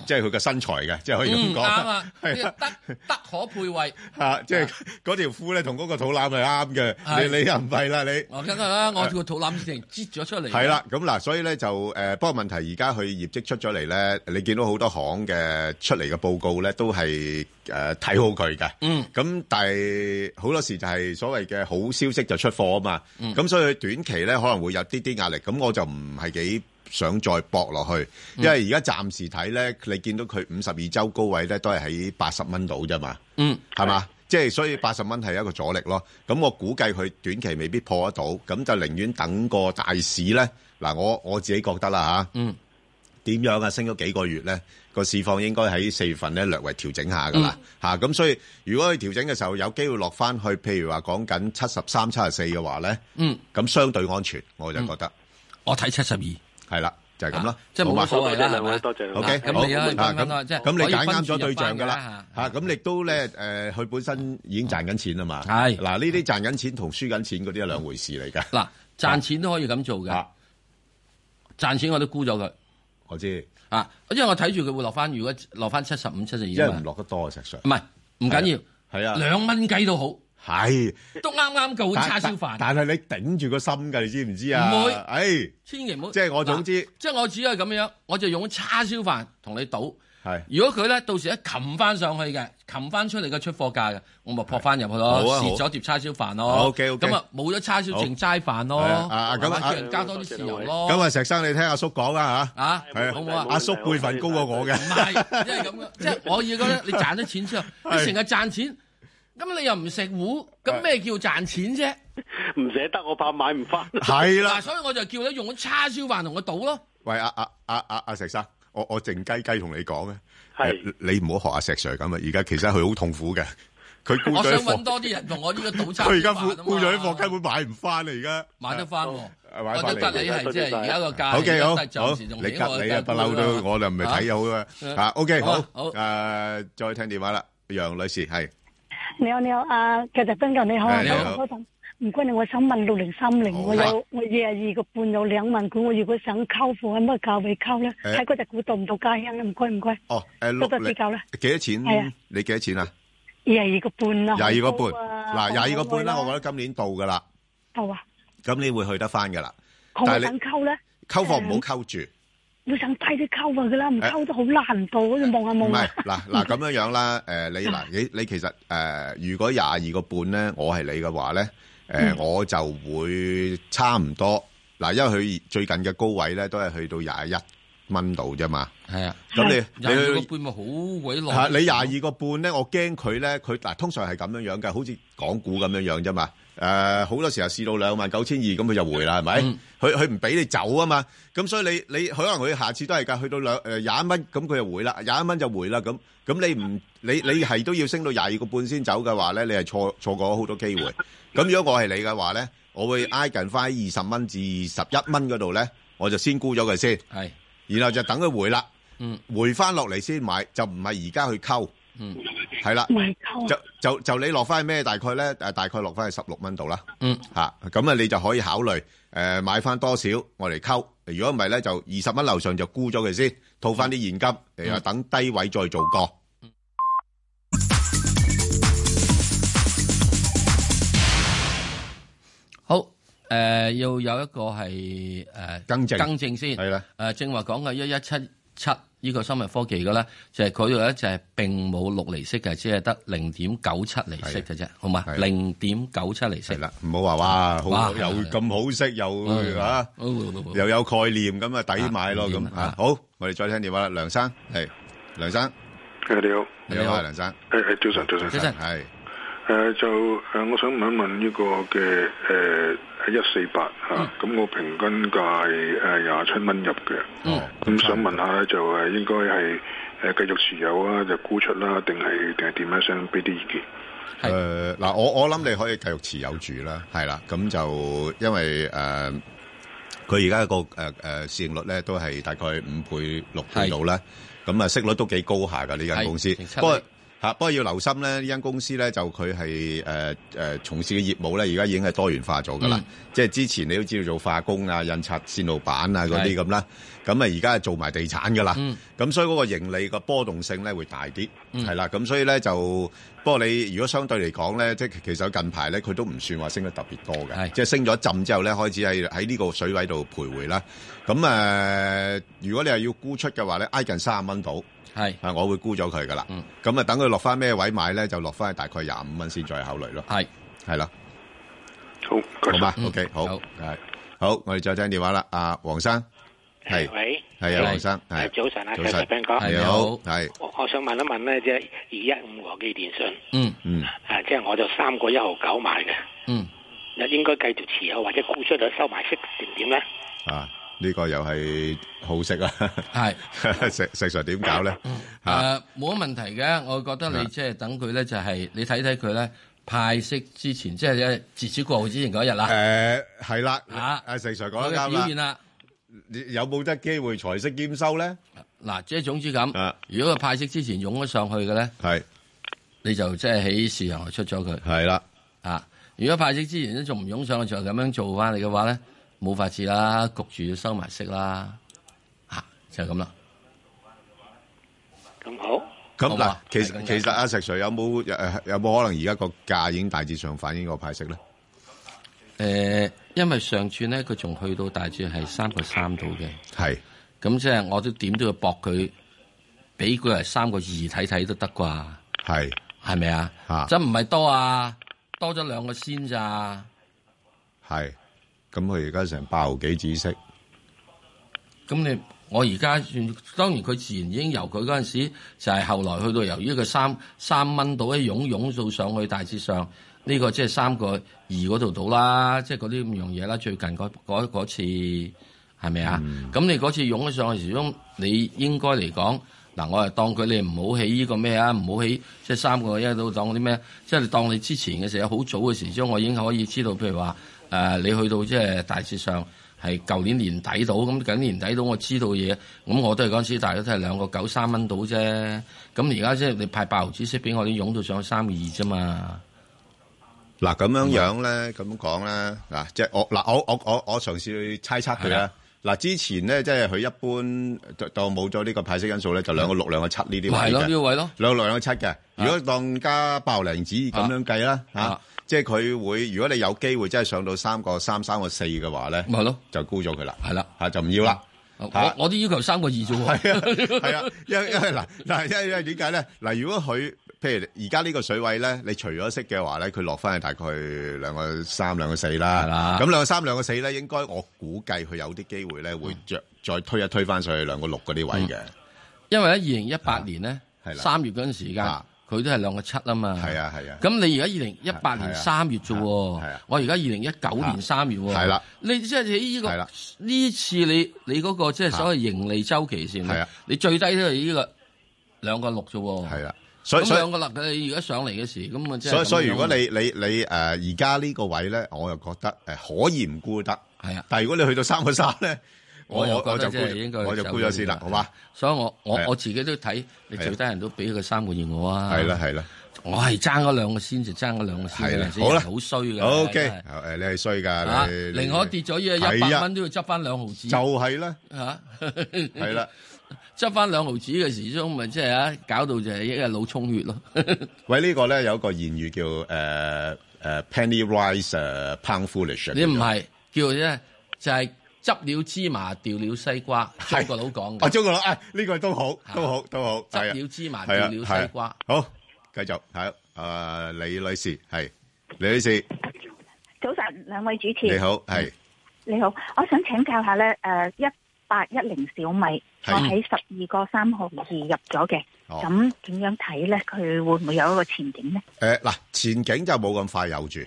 Speaker 1: 即係佢嘅身材嘅，即係可以咁
Speaker 2: 嗯嗯，啱
Speaker 1: 講
Speaker 2: 啊，呢
Speaker 1: 係
Speaker 2: 個
Speaker 1: 啊。
Speaker 2: 德德可配位。
Speaker 1: 吓，即係嗰條褲咧，同嗰個肚腩係啱
Speaker 2: 係
Speaker 1: 嘅。你你又唔係啦，你
Speaker 2: 我梗係 啦，啊我個肚腩成擠咗出嚟。
Speaker 1: 係啦，咁嗱，所以咧就誒，不過問題而家佢業績出咗嚟咧，你見到好多行嘅出嚟嘅報告咧，都係誒睇好佢嘅。
Speaker 2: 嗯，
Speaker 1: 咁但係好多時就係所謂嘅好消息就出貨啊嘛。咁、所以佢短期咧可能會有啲啲壓力，咁我就唔係幾想再搏落去，因為而家暫時睇咧，你見到佢五十二周高位咧都係喺八十蚊度啫嘛。
Speaker 2: 嗯，
Speaker 1: 係嘛？即係所以八十蚊係一個阻力咯。咁我估計佢短期未必破得到，咁就寧願等個大市咧。嗱，我我自己覺得啦嚇，
Speaker 2: 嗯
Speaker 1: 點樣啊，升咗幾個月咧，個市況應該喺四月份咧略為調整下㗎啦
Speaker 2: 嗯
Speaker 1: 嚇。咁、所以如果佢調整嘅時候有機會落翻去，譬如話講緊七十三、七十四嘅話咧，
Speaker 2: 嗯，
Speaker 1: 咁相對安全，我就覺得
Speaker 2: 我睇七十二，
Speaker 1: 係啦，就係咁啦
Speaker 2: 啊。即係冇
Speaker 1: 好嘛
Speaker 2: 乜所謂啦，係
Speaker 6: 好
Speaker 2: 咪
Speaker 6: 啊多謝兩位
Speaker 1: OK，
Speaker 2: 嗱
Speaker 1: 好
Speaker 2: 咁你啊，
Speaker 1: 啊
Speaker 2: 講緊
Speaker 1: 咁
Speaker 2: 啦，即係
Speaker 1: 咁你
Speaker 2: 可以
Speaker 1: 揀啱
Speaker 2: 分住
Speaker 1: 咗對
Speaker 2: 入
Speaker 1: 象
Speaker 2: 班
Speaker 1: 㗎
Speaker 2: 㗎
Speaker 1: 啦
Speaker 2: 啦，
Speaker 1: 嚇咁亦都咧誒，佢本身已經賺緊錢啊嘛。
Speaker 2: 係
Speaker 1: 嗱，呢啲賺緊錢同輸緊錢嗰啲係兩回事嚟㗎。
Speaker 2: 嗱，賺錢都可以咁做嘅
Speaker 1: 啊，
Speaker 2: 賺錢我都沽咗佢
Speaker 1: 我知，
Speaker 2: 啊，因為我睇住佢會落翻，如果落翻七十五、七
Speaker 1: 因
Speaker 2: 十
Speaker 1: 為
Speaker 2: 二啊
Speaker 1: 唔
Speaker 2: 嘛，
Speaker 1: 落得多啊，石 Sir
Speaker 2: 唔。係唔緊
Speaker 1: 係
Speaker 2: 要，
Speaker 1: 啊，
Speaker 2: 兩蚊雞都好，
Speaker 1: 係。
Speaker 2: 都啱啱夠
Speaker 1: 但-
Speaker 2: 叉燒飯，
Speaker 1: 但-但係你頂住個心㗎，你知唔知啊？
Speaker 2: 唔會。
Speaker 1: 唉，係，
Speaker 2: 千祈唔好。
Speaker 1: 即係我總之
Speaker 2: 嗱即係我只係咁樣，我就用叉燒飯同你賭。
Speaker 1: 好啊，
Speaker 2: 如果佢咧到時一擒翻上去嘅，擒翻出嚟嘅出貨價嘅，我咪撲翻入去咯，
Speaker 1: 好啊好
Speaker 2: 蝕咗碟叉燒飯
Speaker 1: 好
Speaker 2: 咯。
Speaker 1: ，OK，OK
Speaker 2: 咁啊冇咗叉燒，
Speaker 1: 好
Speaker 2: 淨齋飯咯。
Speaker 1: 係啊啊咁啊
Speaker 2: 慢慢叫
Speaker 1: 啊
Speaker 2: 人加多啲豉油咯。
Speaker 1: 咁啊，石生，你聽阿叔講啦，吓。
Speaker 2: 啊，
Speaker 1: 係啊，
Speaker 2: 好唔好啊？
Speaker 1: 阿叔輩份高過我嘅。
Speaker 2: 唔係，即係咁嘅，即係我要覺得你賺咗錢之後，你
Speaker 1: 係
Speaker 2: 成日賺錢，咁你又唔食糊，咁咩叫賺錢啫？
Speaker 6: 唔捨得，我怕買唔翻。
Speaker 2: 嗱，
Speaker 1: 係啦，
Speaker 2: 所以我就叫你用咗叉燒飯同我賭咯。
Speaker 1: 喂，啊-啊-啊-啊-啊，石生，我-我靜雞雞同你講咧，
Speaker 6: 係。
Speaker 1: 啊 誒，你唔好學阿石Sir咁啊，而家其實佢好痛苦嘅，佢沽
Speaker 2: 我想
Speaker 1: 咗啲貨，
Speaker 2: 揾多啲人同我呢個賭叉燒飯
Speaker 1: 佢而家沽-
Speaker 2: 啊嘛
Speaker 1: 沽咗啲貨，根本買唔買唔返啊，而家。啊
Speaker 2: 買得翻喎。我
Speaker 1: 買返嚟。
Speaker 2: 覺得你係即係而家個價，
Speaker 1: OK，好，好，
Speaker 2: 暫時仲
Speaker 1: 你夾你啊，不嬲都-我就唔係睇好啊。
Speaker 2: 啊。
Speaker 1: 啊，OK，
Speaker 2: 好啊，
Speaker 1: 好，
Speaker 2: 好。
Speaker 1: 誒，再聽電話啦，楊女士，係。
Speaker 7: 你好，你好，啊，其實斌哥你好，
Speaker 1: 係
Speaker 2: 你
Speaker 1: 好
Speaker 7: 我想唔該你，我想問六零三零，
Speaker 1: 好啊
Speaker 7: 我有我廿二個半有兩萬股，我如果想溝貨，喺乜價位溝咧？
Speaker 1: 誒
Speaker 7: 睇嗰只股到唔到家鄉咧？唔該唔該，
Speaker 1: 哦，誒
Speaker 7: 多
Speaker 1: 六
Speaker 7: 多
Speaker 1: 你
Speaker 7: 指教啦。
Speaker 1: 幾多錢？
Speaker 7: 係啊
Speaker 1: 你幾多錢啊？
Speaker 7: 廿二個半啦，
Speaker 1: 廿二個
Speaker 7: 好
Speaker 1: 半，
Speaker 7: 高啊
Speaker 1: 嗱廿二個半啦，我
Speaker 7: 覺
Speaker 1: 覺得今年到噶啦，
Speaker 7: 得就啊，
Speaker 1: 咁你會去得翻噶啦。
Speaker 7: 我
Speaker 1: 但係你
Speaker 7: 想溝咧，
Speaker 1: 溝貨唔
Speaker 7: 啊
Speaker 1: 好溝住，
Speaker 7: 我想低啲溝啊噶啦，唔溝都好難度，好似望下
Speaker 1: 唔
Speaker 7: 望
Speaker 1: 係
Speaker 7: 下，
Speaker 1: 嗱 嗱咁樣樣啦。誒你嗱你你其實誒，如果廿二個半咧，我係你嘅話咧，誒
Speaker 2: 嗯
Speaker 1: 我就會差唔多嗱，因為佢最近嘅高位咧都係去到廿一蚊度啫嘛。
Speaker 2: 係啊，
Speaker 1: 咁你
Speaker 2: 廿二
Speaker 1: 你
Speaker 2: 個
Speaker 1: 去
Speaker 2: 半咪好鬼耐。
Speaker 1: 嚇你廿二個半咧，我驚佢咧，佢嗱通常係咁樣樣嘅，好似港股咁樣樣啫嘛。誒好多時候試到兩萬九千二，咁佢就回啦，係咪
Speaker 2: 嗯？
Speaker 1: 佢佢唔俾你走啊嘛。咁所以你你可能佢下次都係㗎，去到兩誒廿一蚊，咁佢就回啦，廿一蚊就回啦。咁咁你唔你你係都要升到廿二個半先走嘅話咧，你係錯錯過好多機會。咁如果我係你嘅話咧，我會挨近翻二十蚊至二十一蚊嗰度咧，我就先沽咗佢先，
Speaker 2: 係
Speaker 1: 然後就等佢回啦。
Speaker 2: 嗯
Speaker 1: 回翻落嚟先買，就唔係而家去溝，
Speaker 2: 嗯
Speaker 1: 係啦
Speaker 7: 唔，係溝
Speaker 1: 就
Speaker 7: 啊，
Speaker 1: 就就你落翻去咩？大概咧，誒大概落翻去十六蚊度啦，
Speaker 2: 嗯
Speaker 1: 嚇咁啊，你就可以考慮誒買翻多少我嚟溝。如果唔係咧，就二十蚊樓上就沽咗佢先，套翻啲現金，然後等低位再做過。
Speaker 2: 好誒，要有一個係誒
Speaker 1: 更正
Speaker 2: 更正先
Speaker 1: 係啦，
Speaker 2: 誒，正話講嘅一一七七呢個生物科技嘅咧，就係佢度咧就係並冇六厘息嘅，只係得零點九七厘息嘅啫，好嘛？
Speaker 1: 係啊
Speaker 2: 零點九七厘息
Speaker 1: 係。啦，唔好話哇，好
Speaker 2: 哇
Speaker 1: 又
Speaker 2: 係
Speaker 1: 咁好息，
Speaker 2: 嗯
Speaker 1: 又啊
Speaker 2: 好好好好
Speaker 1: 又有概念，咁啊抵買咯
Speaker 2: 啊
Speaker 1: 咁
Speaker 2: 唔掂啊
Speaker 1: 啊。好，我哋再聽電話啦，梁生係梁生，
Speaker 8: 誒你好，
Speaker 1: 你
Speaker 2: 你
Speaker 1: 好
Speaker 2: 好
Speaker 1: 啊，梁生，
Speaker 8: 誒誒早晨早晨，
Speaker 2: 早
Speaker 8: 誒、
Speaker 2: 晨
Speaker 1: 係
Speaker 8: 就誒、我想問一問呢個嘅誒一四八嚇，咁、我平均價係誒廿七蚊入嘅，
Speaker 1: 哦
Speaker 8: 咁、
Speaker 2: 嗯
Speaker 8: 想問下咧就誒應該係誒繼續持有啊，就沽出啦，定係定係點咧？想俾啲意見。
Speaker 2: 係
Speaker 1: 誒呃嗱、我我諗你可以繼續持有住啦，係啦，咁就因為誒呃佢而家個誒誒市盈率咧都係大概五倍六倍到啦，咁啊息率都幾高下㗎呢間
Speaker 2: 係
Speaker 1: 公司，
Speaker 2: 零七
Speaker 1: 不過
Speaker 2: 厘
Speaker 1: 嚇不過要留心咧，呢間公司咧就佢係誒誒從事嘅業務咧，而家已經係多元化咗㗎啦，
Speaker 2: 嗯
Speaker 1: 即係之前你都知道做化工啊、印刷線路板啊嗰啲
Speaker 2: 係
Speaker 1: 咁啦，咁啊而家係做埋地產㗎啦。
Speaker 2: 嗯
Speaker 1: 咁所以嗰個盈利個波動性咧會大啲，
Speaker 2: 嗯
Speaker 1: 係啦、咁所以咧就不過你如果相對嚟講咧，即係其實近排咧佢都唔算話升得特別多嘅，
Speaker 2: 係
Speaker 1: 即係升咗一浸之後咧開始係喺呢個水位度徘徊啦。咁誒、呃如果你係要沽出嘅話咧，挨近三十蚊度
Speaker 2: 係
Speaker 1: 啊，我會沽咗佢噶啦。
Speaker 2: 嗯
Speaker 1: 咁啊、等佢落翻咩位買咧，就落翻大概廿五蚊先再考慮咯。
Speaker 2: 係
Speaker 1: 係啦，
Speaker 8: 好，唔
Speaker 1: 好
Speaker 8: 該晒
Speaker 1: 嘛
Speaker 2: 嗯
Speaker 1: ？OK，好，
Speaker 2: 好
Speaker 1: 係好，我哋再聽電話啦。阿黃生，係
Speaker 9: 喂，
Speaker 1: 係啊，黃生，
Speaker 9: 係
Speaker 1: 係
Speaker 9: 早晨啊，
Speaker 1: 早
Speaker 9: 石
Speaker 1: 晨
Speaker 9: Sir Ben 哥，
Speaker 2: 係
Speaker 1: 你
Speaker 2: 你
Speaker 1: 好
Speaker 2: 好，
Speaker 1: 係
Speaker 9: 我我想問一問咧，即係二一五和記電信
Speaker 2: 嗯
Speaker 1: 嗯。
Speaker 9: 啊，即係我就三個一毫九買嘅，
Speaker 2: 嗯。
Speaker 9: 你應該繼續持有或者沽出去收埋息定點咧？
Speaker 1: 啊，呢個又係好息啊！
Speaker 2: 係
Speaker 1: 石石 Sir 點搞咧？嚇
Speaker 2: 誒冇乜問題嘅，我覺得你即係等佢咧，就係你睇睇佢咧派息之前，即係截止過號之前嗰一日啦，
Speaker 1: 誒係啦，
Speaker 2: 嚇
Speaker 1: 阿石 Sir 講
Speaker 2: 佢
Speaker 1: 得
Speaker 2: 嘅
Speaker 1: 啱
Speaker 2: 表現
Speaker 1: 啦，
Speaker 2: 啦。
Speaker 1: 你有冇得機會財息兼收咧？
Speaker 2: 嗱，即係總之咁
Speaker 1: 啊，
Speaker 2: 如果佢派息之前湧咗上去嘅咧，
Speaker 1: 係
Speaker 2: 你就即係喺市場外出咗佢
Speaker 1: 係啦，
Speaker 2: 啊。如果派息之前都仲唔湧上去，就咁樣做翻你嘅話咧，冇法子啦，焗住要收埋息啦，啊，就係咁啦。
Speaker 9: 咁好，
Speaker 1: 咁
Speaker 2: 好
Speaker 1: 嗱
Speaker 2: 啊，
Speaker 1: 其
Speaker 2: 係咁
Speaker 1: 實
Speaker 2: 樣
Speaker 1: 其實阿石 Sir 有冇誒有冇可能而家個價已經大致上反映個派息咧？
Speaker 2: 誒、因為上次咧佢仲去到大致係三個三度嘅，
Speaker 1: 係
Speaker 2: 咁即係我都點都要搏佢，俾佢係三個二睇睇都得啩，
Speaker 1: 係
Speaker 2: 係咪啊
Speaker 1: 啊？
Speaker 2: 真唔係多啊，多咗兩個先咋，
Speaker 1: 係，咁佢而家成八毫幾紫色，
Speaker 2: 咁你。我而家算，當然佢自然已經由佢嗰陣時，就係、後來去到由於佢三三蚊到一湧湧到上去，大致上呢、個即係三個二嗰度到啦，即係嗰啲咁樣嘢啦。最近嗰嗰嗰次。係咪啊？咁、你嗰次湧咗上去時鐘，你應該嚟講，嗱，我係當佢你唔好起呢個咩啊，唔好起即係三個一到當啲咩，即係當你之前嘅時候好早嘅時鐘，我已經可以知道，譬如話誒、呃你去到即係大致上係舊年年底到，咁緊年底到我知道嘢，咁我都係嗰陣時大約都係兩個九三蚊到啫。咁而家即係你派八毫子息俾我，你湧到上去三個二啫嘛。
Speaker 1: 嗱咁樣
Speaker 2: 啊
Speaker 1: 樣咧，咁講咧，嗱，即係我嗱，我我我我嘗試去猜測佢
Speaker 2: 係
Speaker 1: 啦
Speaker 2: 啊。
Speaker 1: 嗱，之前咧，即係佢一般當當冇咗呢個派息因素咧，就兩個六、兩個七呢啲
Speaker 2: 嗯咪
Speaker 1: 位
Speaker 2: 係咯，呢個
Speaker 1: 嘅，
Speaker 2: 位咯，
Speaker 1: 兩個六、兩個七嘅。如果當加爆零子咁樣計啦，嚇
Speaker 2: 啊，
Speaker 1: 即係佢會，如果你有機會真係上到三個三、三個四嘅話咧，
Speaker 2: 咪係咯，
Speaker 1: 就沽咗佢啦，
Speaker 2: 係啦。
Speaker 1: 嚇就唔要啦。嚇
Speaker 2: 我我都要求三個二啫 喎。
Speaker 1: 係啊，係啊，因為因為嗱嗱，因為因為點解咧？嗱，如果佢譬如而家呢個水位咧，你除咗息嘅話咧，佢落翻去大概兩個三、兩個四啦。
Speaker 2: 係啦
Speaker 1: 咁兩個三、兩個四咧，應該我估計佢有啲機會咧，會着再推一推翻上去兩個六嗰啲位嘅。
Speaker 2: 因為喺二零一八年咧
Speaker 1: 啊係，啦
Speaker 2: 三月嗰陣時間，
Speaker 1: 啊
Speaker 2: 佢都係兩個七啊嘛。
Speaker 1: 係啊係啊
Speaker 2: 咁你而家二零一八
Speaker 1: 係啊
Speaker 2: 年三月啫喎，
Speaker 1: 係啊
Speaker 2: 我而家二零一九年三月喎。
Speaker 1: 係啦，
Speaker 2: 你即係喺呢
Speaker 1: 係啦啊
Speaker 2: 個呢次你你嗰個即係所謂盈利周期線
Speaker 1: 係
Speaker 2: 咧
Speaker 1: 啊，
Speaker 2: 你最低都係呢個兩個六啫喎。
Speaker 1: 係啦，所以
Speaker 2: 咁
Speaker 1: 所以
Speaker 2: 兩個六你而家上嚟嘅時，咁啊即係
Speaker 1: 所以所以，
Speaker 2: 咁樣
Speaker 1: 如果你你你誒而家呢個位咧，我又覺得誒可以唔沽得，
Speaker 2: 係啊，
Speaker 1: 但係如果你去到三個三咧，我
Speaker 2: 又
Speaker 1: 我我
Speaker 2: 覺
Speaker 1: 就
Speaker 2: 得即
Speaker 1: 沽
Speaker 2: 係應該
Speaker 1: 咗，我就沽咗先啦，好嘛？？
Speaker 2: 所以我
Speaker 1: 係啊
Speaker 2: 我我自己都睇，你
Speaker 1: 係啊
Speaker 2: 最低人都俾佢三個月我啊。
Speaker 1: 係啦係啦。
Speaker 2: 我係爭嗰兩個先就爭嗰兩個先
Speaker 1: 係啦
Speaker 2: 嘅，
Speaker 1: 好啦
Speaker 2: 好衰嘅。
Speaker 1: OK，
Speaker 2: 啊真係
Speaker 1: 誒，你係衰㗎，
Speaker 2: 啊！
Speaker 1: 你-你-
Speaker 2: 寧可跌咗依
Speaker 1: 係
Speaker 2: 一
Speaker 1: 啊
Speaker 2: 百蚊都要執翻兩毫子，
Speaker 1: 就係啦，係啦，
Speaker 2: 嚇 執翻兩毫子嘅時鐘咪即係啊，搞到就係一日腦充血咯。
Speaker 1: 啊喂，呢個呢，有個諺語叫，誒，誒，penny rise，誒，pound foolish啊，
Speaker 2: 你唔
Speaker 1: 叫做。
Speaker 2: 係叫啫，就係執了芝麻掉了西瓜，中國佬講嘅，
Speaker 1: 啊，中國佬，啊，呢個都好，
Speaker 2: 嚇。
Speaker 1: 都好，都好，哦係啊，
Speaker 2: 執了芝麻掉
Speaker 1: 係啊，
Speaker 2: 了
Speaker 1: 係啊。
Speaker 2: 西瓜。
Speaker 1: 好，繼續，係，啊，李女士，係。李女士，
Speaker 10: 早晨，兩位主持，
Speaker 1: 你好，係，
Speaker 10: 你好，我想請教下咧，誒一八一零小米，
Speaker 1: 係
Speaker 10: 我喺十二個三毫二入咗嘅，
Speaker 1: 哦
Speaker 10: 咁點樣睇咧？佢會唔會有一個前景咧？
Speaker 1: 誒，嗱，前景就冇咁快有住，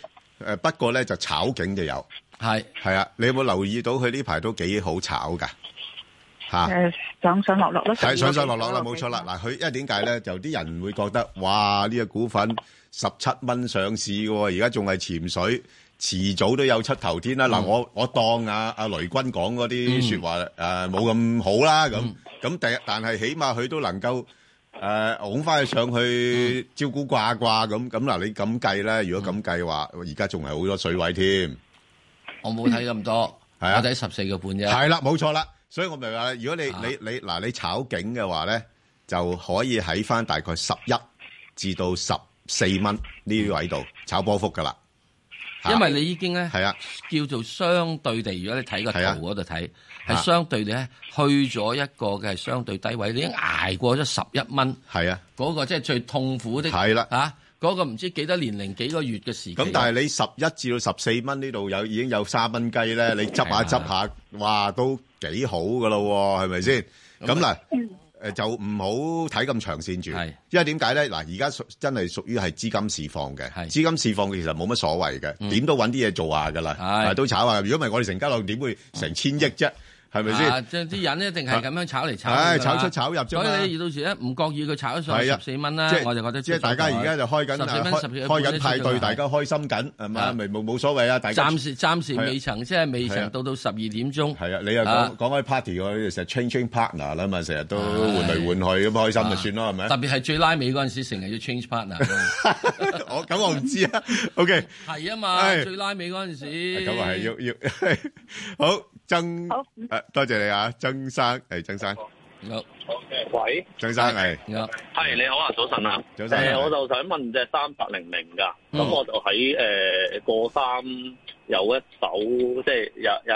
Speaker 1: 誒，不過呢，就炒景就有，係啊，你有冇留意到佢呢排都幾好炒㗎？嚇，
Speaker 2: 係
Speaker 10: 誒呃上上落落咯，
Speaker 1: 係啊上上落落啦，
Speaker 10: 12.3
Speaker 1: 冇錯啦。。嗱，佢因為點解咧？就啲人會覺得哇，呢、個股份十七蚊上市嘅喎，而家仲係潛水，遲早都有出頭天啦。嗱、我我當啊阿雷軍講嗰啲説話誒冇咁好啦，咁咁第但係起碼佢都能夠誒拱翻佢上去招股掛掛咁咁嗱，你咁計咧，如果咁計話，而家仲係好多水位添。
Speaker 2: 我冇睇咁多，我
Speaker 1: 係啊
Speaker 2: 睇十四個半啫。
Speaker 1: 係啊啦，冇錯啦。所以我咪話，如果你
Speaker 2: 啊
Speaker 1: 你你嗱，你炒景嘅話咧，就可以喺翻大概十一至到十四蚊呢啲位度炒波幅噶啦。嚇
Speaker 2: 因為你已經咧
Speaker 1: 係啊，
Speaker 2: 叫做相對地，如果你睇個圖
Speaker 1: 係啊
Speaker 2: 嗰度睇，
Speaker 1: 啊
Speaker 2: 係相對地咧去咗一個嘅相對低位，你已經捱過咗十一蚊
Speaker 1: 係啊，
Speaker 2: 嗰個，即係最痛苦的
Speaker 1: 係啦
Speaker 2: 嚇嗰個唔知幾多年零幾個月嘅時期。
Speaker 1: 咁但係你十一至到十四蚊呢度有已經有三蚊雞咧，你執下
Speaker 2: 係
Speaker 1: 執下，哇，都幾好噶咯喎，係咪先？咁嗱，誒就唔好睇咁長線住，
Speaker 2: 係
Speaker 1: 因為點解咧？嗱，而家屬真係屬於係資金市況嘅，
Speaker 2: 係
Speaker 1: 資金市況其實冇乜所謂嘅，點都揾啲嘢做下噶啦，
Speaker 2: 係
Speaker 1: 都炒下。如果唔係，我哋成交量點會成千億啫？係咪先？
Speaker 2: 即係啲人一定係咁樣炒嚟炒去㗎啦。
Speaker 1: 唉炒出炒入啫嘛
Speaker 2: 所以你到時咧唔覺意佢炒咗上
Speaker 1: 係啊
Speaker 2: 十四蚊啦
Speaker 1: 即係，
Speaker 2: 我就覺得
Speaker 1: 即係大家而家就開緊
Speaker 2: 十四蚊、
Speaker 1: 開
Speaker 2: 十四
Speaker 1: 開緊派對，大家開心緊係嘛？
Speaker 2: 啊
Speaker 1: 咪冇冇所謂啊！大家
Speaker 2: 暫時暫時
Speaker 1: 係啊
Speaker 2: 未曾即係未
Speaker 1: 係啊
Speaker 2: 曾到到十二點鐘。
Speaker 1: 係啊，你又
Speaker 2: 啊
Speaker 1: 講講開 party 喎，你哋成日 changing partner 啦嘛，成日都換嚟換去咁開心就算咯，係咪？
Speaker 2: 特別係最拉尾嗰陣時，成日要 change partner 啊。
Speaker 1: 我咁我唔知啊。OK，
Speaker 2: 係啊嘛，
Speaker 1: 係
Speaker 2: 最拉尾嗰陣時。
Speaker 1: 咁啊係要要 好曾，誒多謝你啊，曾生誒曾生，
Speaker 2: 好，
Speaker 11: 喂，
Speaker 1: 曾生係
Speaker 11: 系你好啊，早晨啊，
Speaker 1: 早晨
Speaker 11: 誒我就想問只三八零零噶，
Speaker 1: 嗯
Speaker 11: 咁、我就喺誒過三有一手，即係有有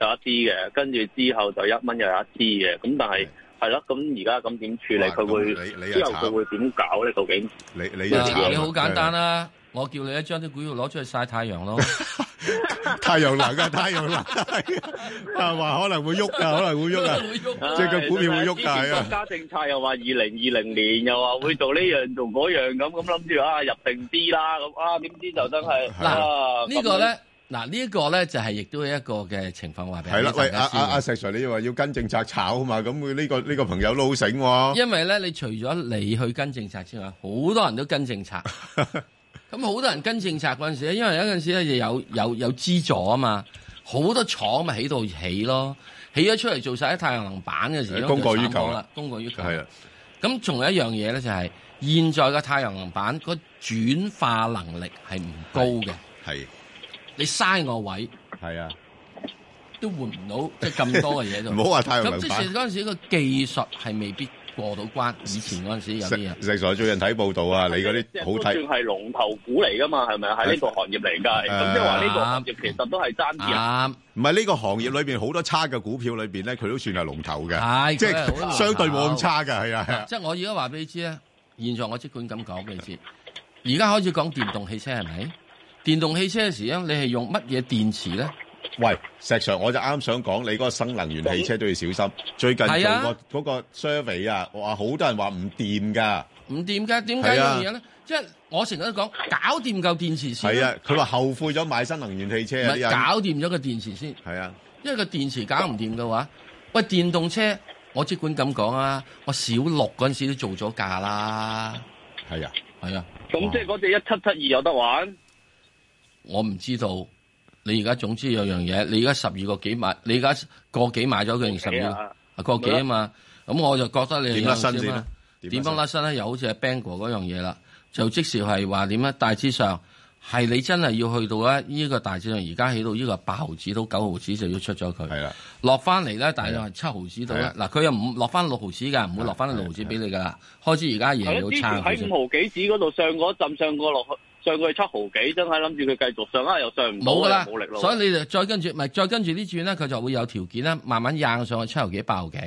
Speaker 11: 有一支嘅，跟住之後就一蚊又有一支嘅，咁但係係咯，咁而家咁點處理？
Speaker 1: 哇
Speaker 11: 佢
Speaker 1: 咁
Speaker 11: 會
Speaker 1: 你你又
Speaker 11: 之後
Speaker 1: 慘
Speaker 11: 佢會點搞咧？究竟？
Speaker 1: 你你
Speaker 2: 你
Speaker 1: 一炒
Speaker 2: 好簡單啦，我叫你一張啲股票攞出去曬太陽咯。
Speaker 1: 太陽能啊，太陽能 啊，話可能會喐 啊，可能會喐啊，即係個股票會喐㗎，係
Speaker 11: 國
Speaker 1: 啊。
Speaker 11: 家政策又話二零二零年又話會做呢樣做嗰樣咁，咁諗住啊入定啲啦，咁啊點知就真係啊
Speaker 2: 嗱，呢個
Speaker 11: 咁
Speaker 2: 咧，嗱呢個咧就係亦都係一個嘅情況話俾
Speaker 1: 係啦，
Speaker 2: 大
Speaker 1: 喂，
Speaker 2: 家
Speaker 1: 阿
Speaker 2: 知
Speaker 1: 阿
Speaker 2: 嘅
Speaker 1: 阿石 Sir，你話要跟政策炒啊嘛，咁佢呢個呢個朋友都好醒喎。
Speaker 2: 因為咧，你除咗你去跟政策之外，好多人都跟 政策。咁好多人跟政策嗰陣時咧，因為有陣時咧就有有有資助啊嘛，好多廠咪喺度起咯，起咗出嚟做晒啲太陽能板嘅時候，
Speaker 1: 供過於求啦
Speaker 2: 就散開啦，供過於求。
Speaker 1: 係啦。啊
Speaker 2: 咁仲有一樣嘢咧，就係現在嘅太陽能板個轉化能力係唔高嘅，
Speaker 1: 係
Speaker 2: 你嘥我位，
Speaker 1: 係啊，
Speaker 2: 都換唔到即係咁多嘅嘢喺度。
Speaker 1: 唔好話太陽能板
Speaker 2: 咁即係嗰陣時個技術係未必過到關，以前嗰陣時有啲嘢
Speaker 1: 石。石 Sir 最近睇報道啊，你嗰
Speaker 11: 即
Speaker 1: 啲好
Speaker 11: 係都
Speaker 1: 睇
Speaker 11: 算。係龍頭股嚟噶嘛，係啊咪？啊喺呢個行業嚟㗎，咁即係話呢個行業其實都係爭啲人。
Speaker 1: 唔係啊呢個行業裏邊好多差嘅股票裏邊咧，佢都算係龍頭嘅，
Speaker 2: 係
Speaker 1: 即
Speaker 2: 佢係好龍
Speaker 1: 係
Speaker 2: 頭
Speaker 1: 相對冇咁差嘅，係啊係啊，
Speaker 2: 即係我而家話俾你知咧，現在我即管咁講俾你知，而家開始講電動汽車係咪？電動汽車嘅時咧，你係用乜嘢電池咧？
Speaker 1: 喂，石 Sir，我就啱想講你嗰個新能源汽車都要小心。最近做
Speaker 2: 係啊
Speaker 1: 個嗰個 survey 啊，哇，好多人話唔掂㗎。
Speaker 2: 唔掂㗎，點解
Speaker 1: 係
Speaker 2: 呢
Speaker 1: 啊
Speaker 2: 樣嘢咧？即係我成日都講，搞掂嚿電池先。
Speaker 1: 係啊，，佢話後悔咗買新能源汽車啊，
Speaker 2: 唔
Speaker 1: 啲
Speaker 2: 係
Speaker 1: 人
Speaker 2: 搞掂咗個電池先。
Speaker 1: 係啊，
Speaker 2: 因為個電池搞唔掂嘅話，喂，電動車我即管咁講啊，我小六嗰陣時都做咗價啦。
Speaker 1: 係啊，
Speaker 2: 係啊。
Speaker 11: 咁即係嗰只一七七二有得玩，
Speaker 2: 我唔知道。你而家總之有樣嘢，你而家十二個幾買，你而家個幾買咗佢，十
Speaker 11: 個幾
Speaker 2: 二
Speaker 11: 啊
Speaker 2: 個個幾啊嘛。咁我就覺得你
Speaker 1: 點甩身先
Speaker 2: 啦
Speaker 1: 啦？
Speaker 2: 點樣甩身咧？又好似係 Bang 哥嗰樣嘢啦，就即時係話點咧？啊大致上係你真係要去到咧，呢個大致上而家起到呢個八毫子到九毫子就要出咗佢。係
Speaker 1: 啦，
Speaker 2: 落翻嚟咧，大約係七毫子到
Speaker 11: 係啊
Speaker 2: 啦。嗱，佢又唔落翻六毫子㗎，唔會落翻六毫子俾你㗎啦。開始而家
Speaker 11: 係
Speaker 2: 嘢要
Speaker 11: 咯之
Speaker 2: 差
Speaker 11: 前
Speaker 2: 佢
Speaker 11: 喺
Speaker 2: 啫
Speaker 11: 五毫幾紙嗰度上過一陣，上過落去，上過去七毫幾，真係諗住佢繼續上啊，又上唔到，
Speaker 2: 冇噶啦
Speaker 11: 又冇力，咯。
Speaker 2: 所以你就再跟住，咪再跟住呢轉咧，佢就會有條件啦，慢慢硬上去七毫幾、八毫幾。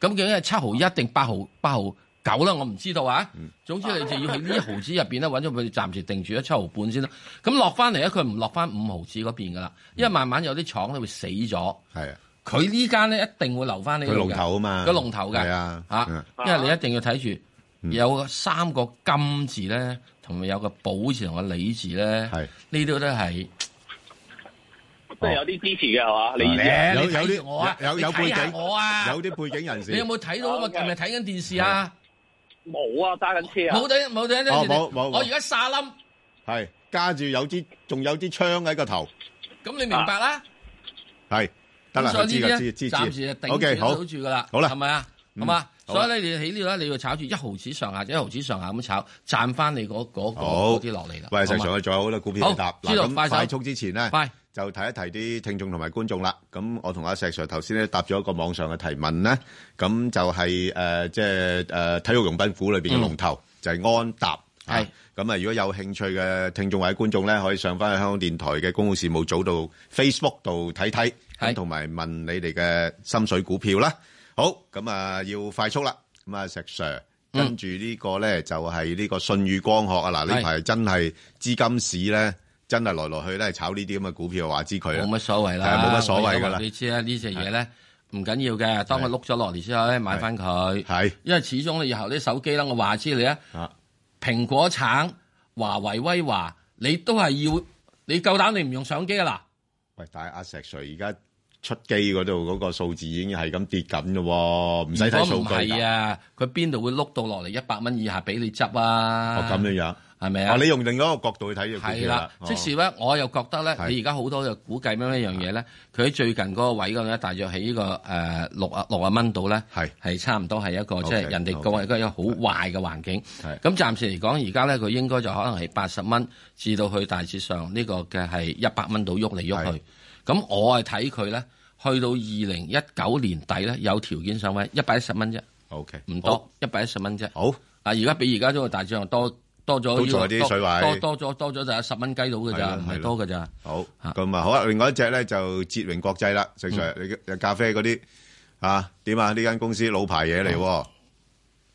Speaker 2: 咁究竟係七毫一定八毫八毫九啦？我唔知道啊。
Speaker 11: 嗯
Speaker 2: 總之你就要喺呢一毫子入邊咧，揾咗佢暫時定住咗七毫半先啦。咁落翻嚟咧，佢唔落翻五毫子嗰邊噶啦，因為慢慢有啲廠咧會死咗。
Speaker 1: 係啊，
Speaker 2: 佢呢間咧一定會留翻呢度
Speaker 1: 佢
Speaker 2: 嘅
Speaker 1: 龍頭啊嘛，
Speaker 2: 佢龍頭㗎
Speaker 1: 係啊，
Speaker 2: 嚇，因為你一定要睇住
Speaker 1: 嗯
Speaker 2: 有三個金字咧，同埋有個寶字同個李字咧，呢度都係。
Speaker 11: 即係有啲支持嘅係嘛？你意思啊
Speaker 1: 有有
Speaker 2: 睇住我啊
Speaker 1: 啲有有
Speaker 2: 你
Speaker 1: 背
Speaker 2: 睇下
Speaker 1: 景，
Speaker 2: 我啊
Speaker 1: 有啲背景人士。
Speaker 2: 你有冇睇到啊？嘛？係咪睇緊電視啊？
Speaker 11: 冇啊，揸緊車啊！
Speaker 2: 冇睇冇睇
Speaker 1: 哦
Speaker 2: 電視
Speaker 1: 冇冇冇
Speaker 2: 我而家撒冧，
Speaker 1: 係加住有支仲有支槍喺個頭，
Speaker 2: 咁你明白啦？
Speaker 1: 係啊得啦，
Speaker 2: 咁所以
Speaker 1: 知
Speaker 2: 呢
Speaker 1: 㗎
Speaker 2: 啲
Speaker 1: 知
Speaker 2: 咧
Speaker 1: 知知。
Speaker 2: 暫時就頂
Speaker 1: OK，
Speaker 2: 住
Speaker 1: 好
Speaker 2: 守住噶啦，
Speaker 1: 好啦，
Speaker 2: 係咪啊？
Speaker 1: 嗯
Speaker 2: 係嘛？
Speaker 1: 好啦
Speaker 2: 所以你哋起呢度咧，你要炒住一毫子上下，一毫子上下咁炒，賺翻你嗰嗰個
Speaker 1: 好
Speaker 2: 嗰啲落嚟啦。
Speaker 1: 喂，
Speaker 2: 好
Speaker 1: 石
Speaker 2: 嘛
Speaker 1: Sir，我仲有好多股票要答。
Speaker 2: 好知道
Speaker 1: 嗱咁
Speaker 2: 快手
Speaker 1: 快速之前咧
Speaker 2: 快，
Speaker 1: 就提一提啲聽眾同埋觀眾啦。咁我同阿石 Sir 頭先咧答咗一個網上嘅提問咧，咁就係誒即係誒體育用品股裏邊嘅龍頭就係安踏。係咁啊！如果有興趣嘅聽眾或者觀眾咧，可以上翻去香港電台嘅公共事務組度 Facebook 度睇睇，咁同埋問你哋嘅心水股票啦。好，咁啊要快速啦。咁啊石 Sir，跟住呢個咧就係呢個信譽光學啊！嗱呢
Speaker 2: 係
Speaker 1: 排真係資金市咧，真係來來去咧炒呢啲咁嘅股票，話知佢啦
Speaker 2: 冇乜所謂
Speaker 1: 係
Speaker 2: 啦，
Speaker 1: 啊冇乜所謂㗎
Speaker 2: 我
Speaker 1: 啦
Speaker 2: 話。你知啦，呢隻嘢咧唔緊要嘅。當佢碌咗落嚟之後咧，買翻佢。
Speaker 1: 係，
Speaker 2: 因為始終你以後啲手機啦，我話知你啊，蘋果橙、華為、威華，你都係要，你夠膽你唔用相機啊嗱？
Speaker 1: 喂，但係阿石 Sir 而家出機嗰度嗰個數字已經係咁跌緊咯喎，唔使睇數據
Speaker 2: 如果唔係
Speaker 1: 㗎。
Speaker 2: 啊，佢邊度會碌到落嚟一百蚊以下俾你執啊？
Speaker 1: 哦，咁樣樣
Speaker 2: 係咪啊？
Speaker 1: 哦，你用另一個角度去睇嘅股
Speaker 2: 係
Speaker 1: 票
Speaker 2: 啦
Speaker 1: 啦，，哦
Speaker 2: 即
Speaker 1: 時
Speaker 2: 時咧，我又覺得咧，你而家好多嘅估計咩一樣
Speaker 1: 啊
Speaker 2: 嘢咧，佢喺最近嗰個位嗰度咧，大約喺呢個誒六啊六啊蚊度咧，
Speaker 1: 係
Speaker 2: 係差唔多係一個即
Speaker 1: OK，
Speaker 2: 係人哋個
Speaker 1: OK
Speaker 2: 一個一個好壞嘅環境。
Speaker 1: 係
Speaker 2: 咁暫時嚟講，而家咧佢應該就可能係八十蚊至到去大致上呢個嘅係一百蚊度喐嚟喐去。咁我係睇佢咧，去到二零一九年底咧，有條件上位一百一十蚊啫。
Speaker 1: OK，
Speaker 2: 唔多一百一十蚊啫。
Speaker 1: 好
Speaker 2: 啊，而家比而家呢個大致上多多咗
Speaker 1: 都
Speaker 2: 呢
Speaker 1: 仲
Speaker 2: 個
Speaker 1: 有啲
Speaker 2: 多
Speaker 1: 水位
Speaker 2: 多多咗多咗就係十蚊雞到嘅
Speaker 1: 係咯
Speaker 2: 咋，唔
Speaker 1: 係咯
Speaker 2: 係多嘅咋。
Speaker 1: 好咁啊，好啊，另外一隻咧就捷榮國際啦，石 Sir，你嘅咖啡嗰啲啊點啊？呢間公司老牌嘢嚟喎，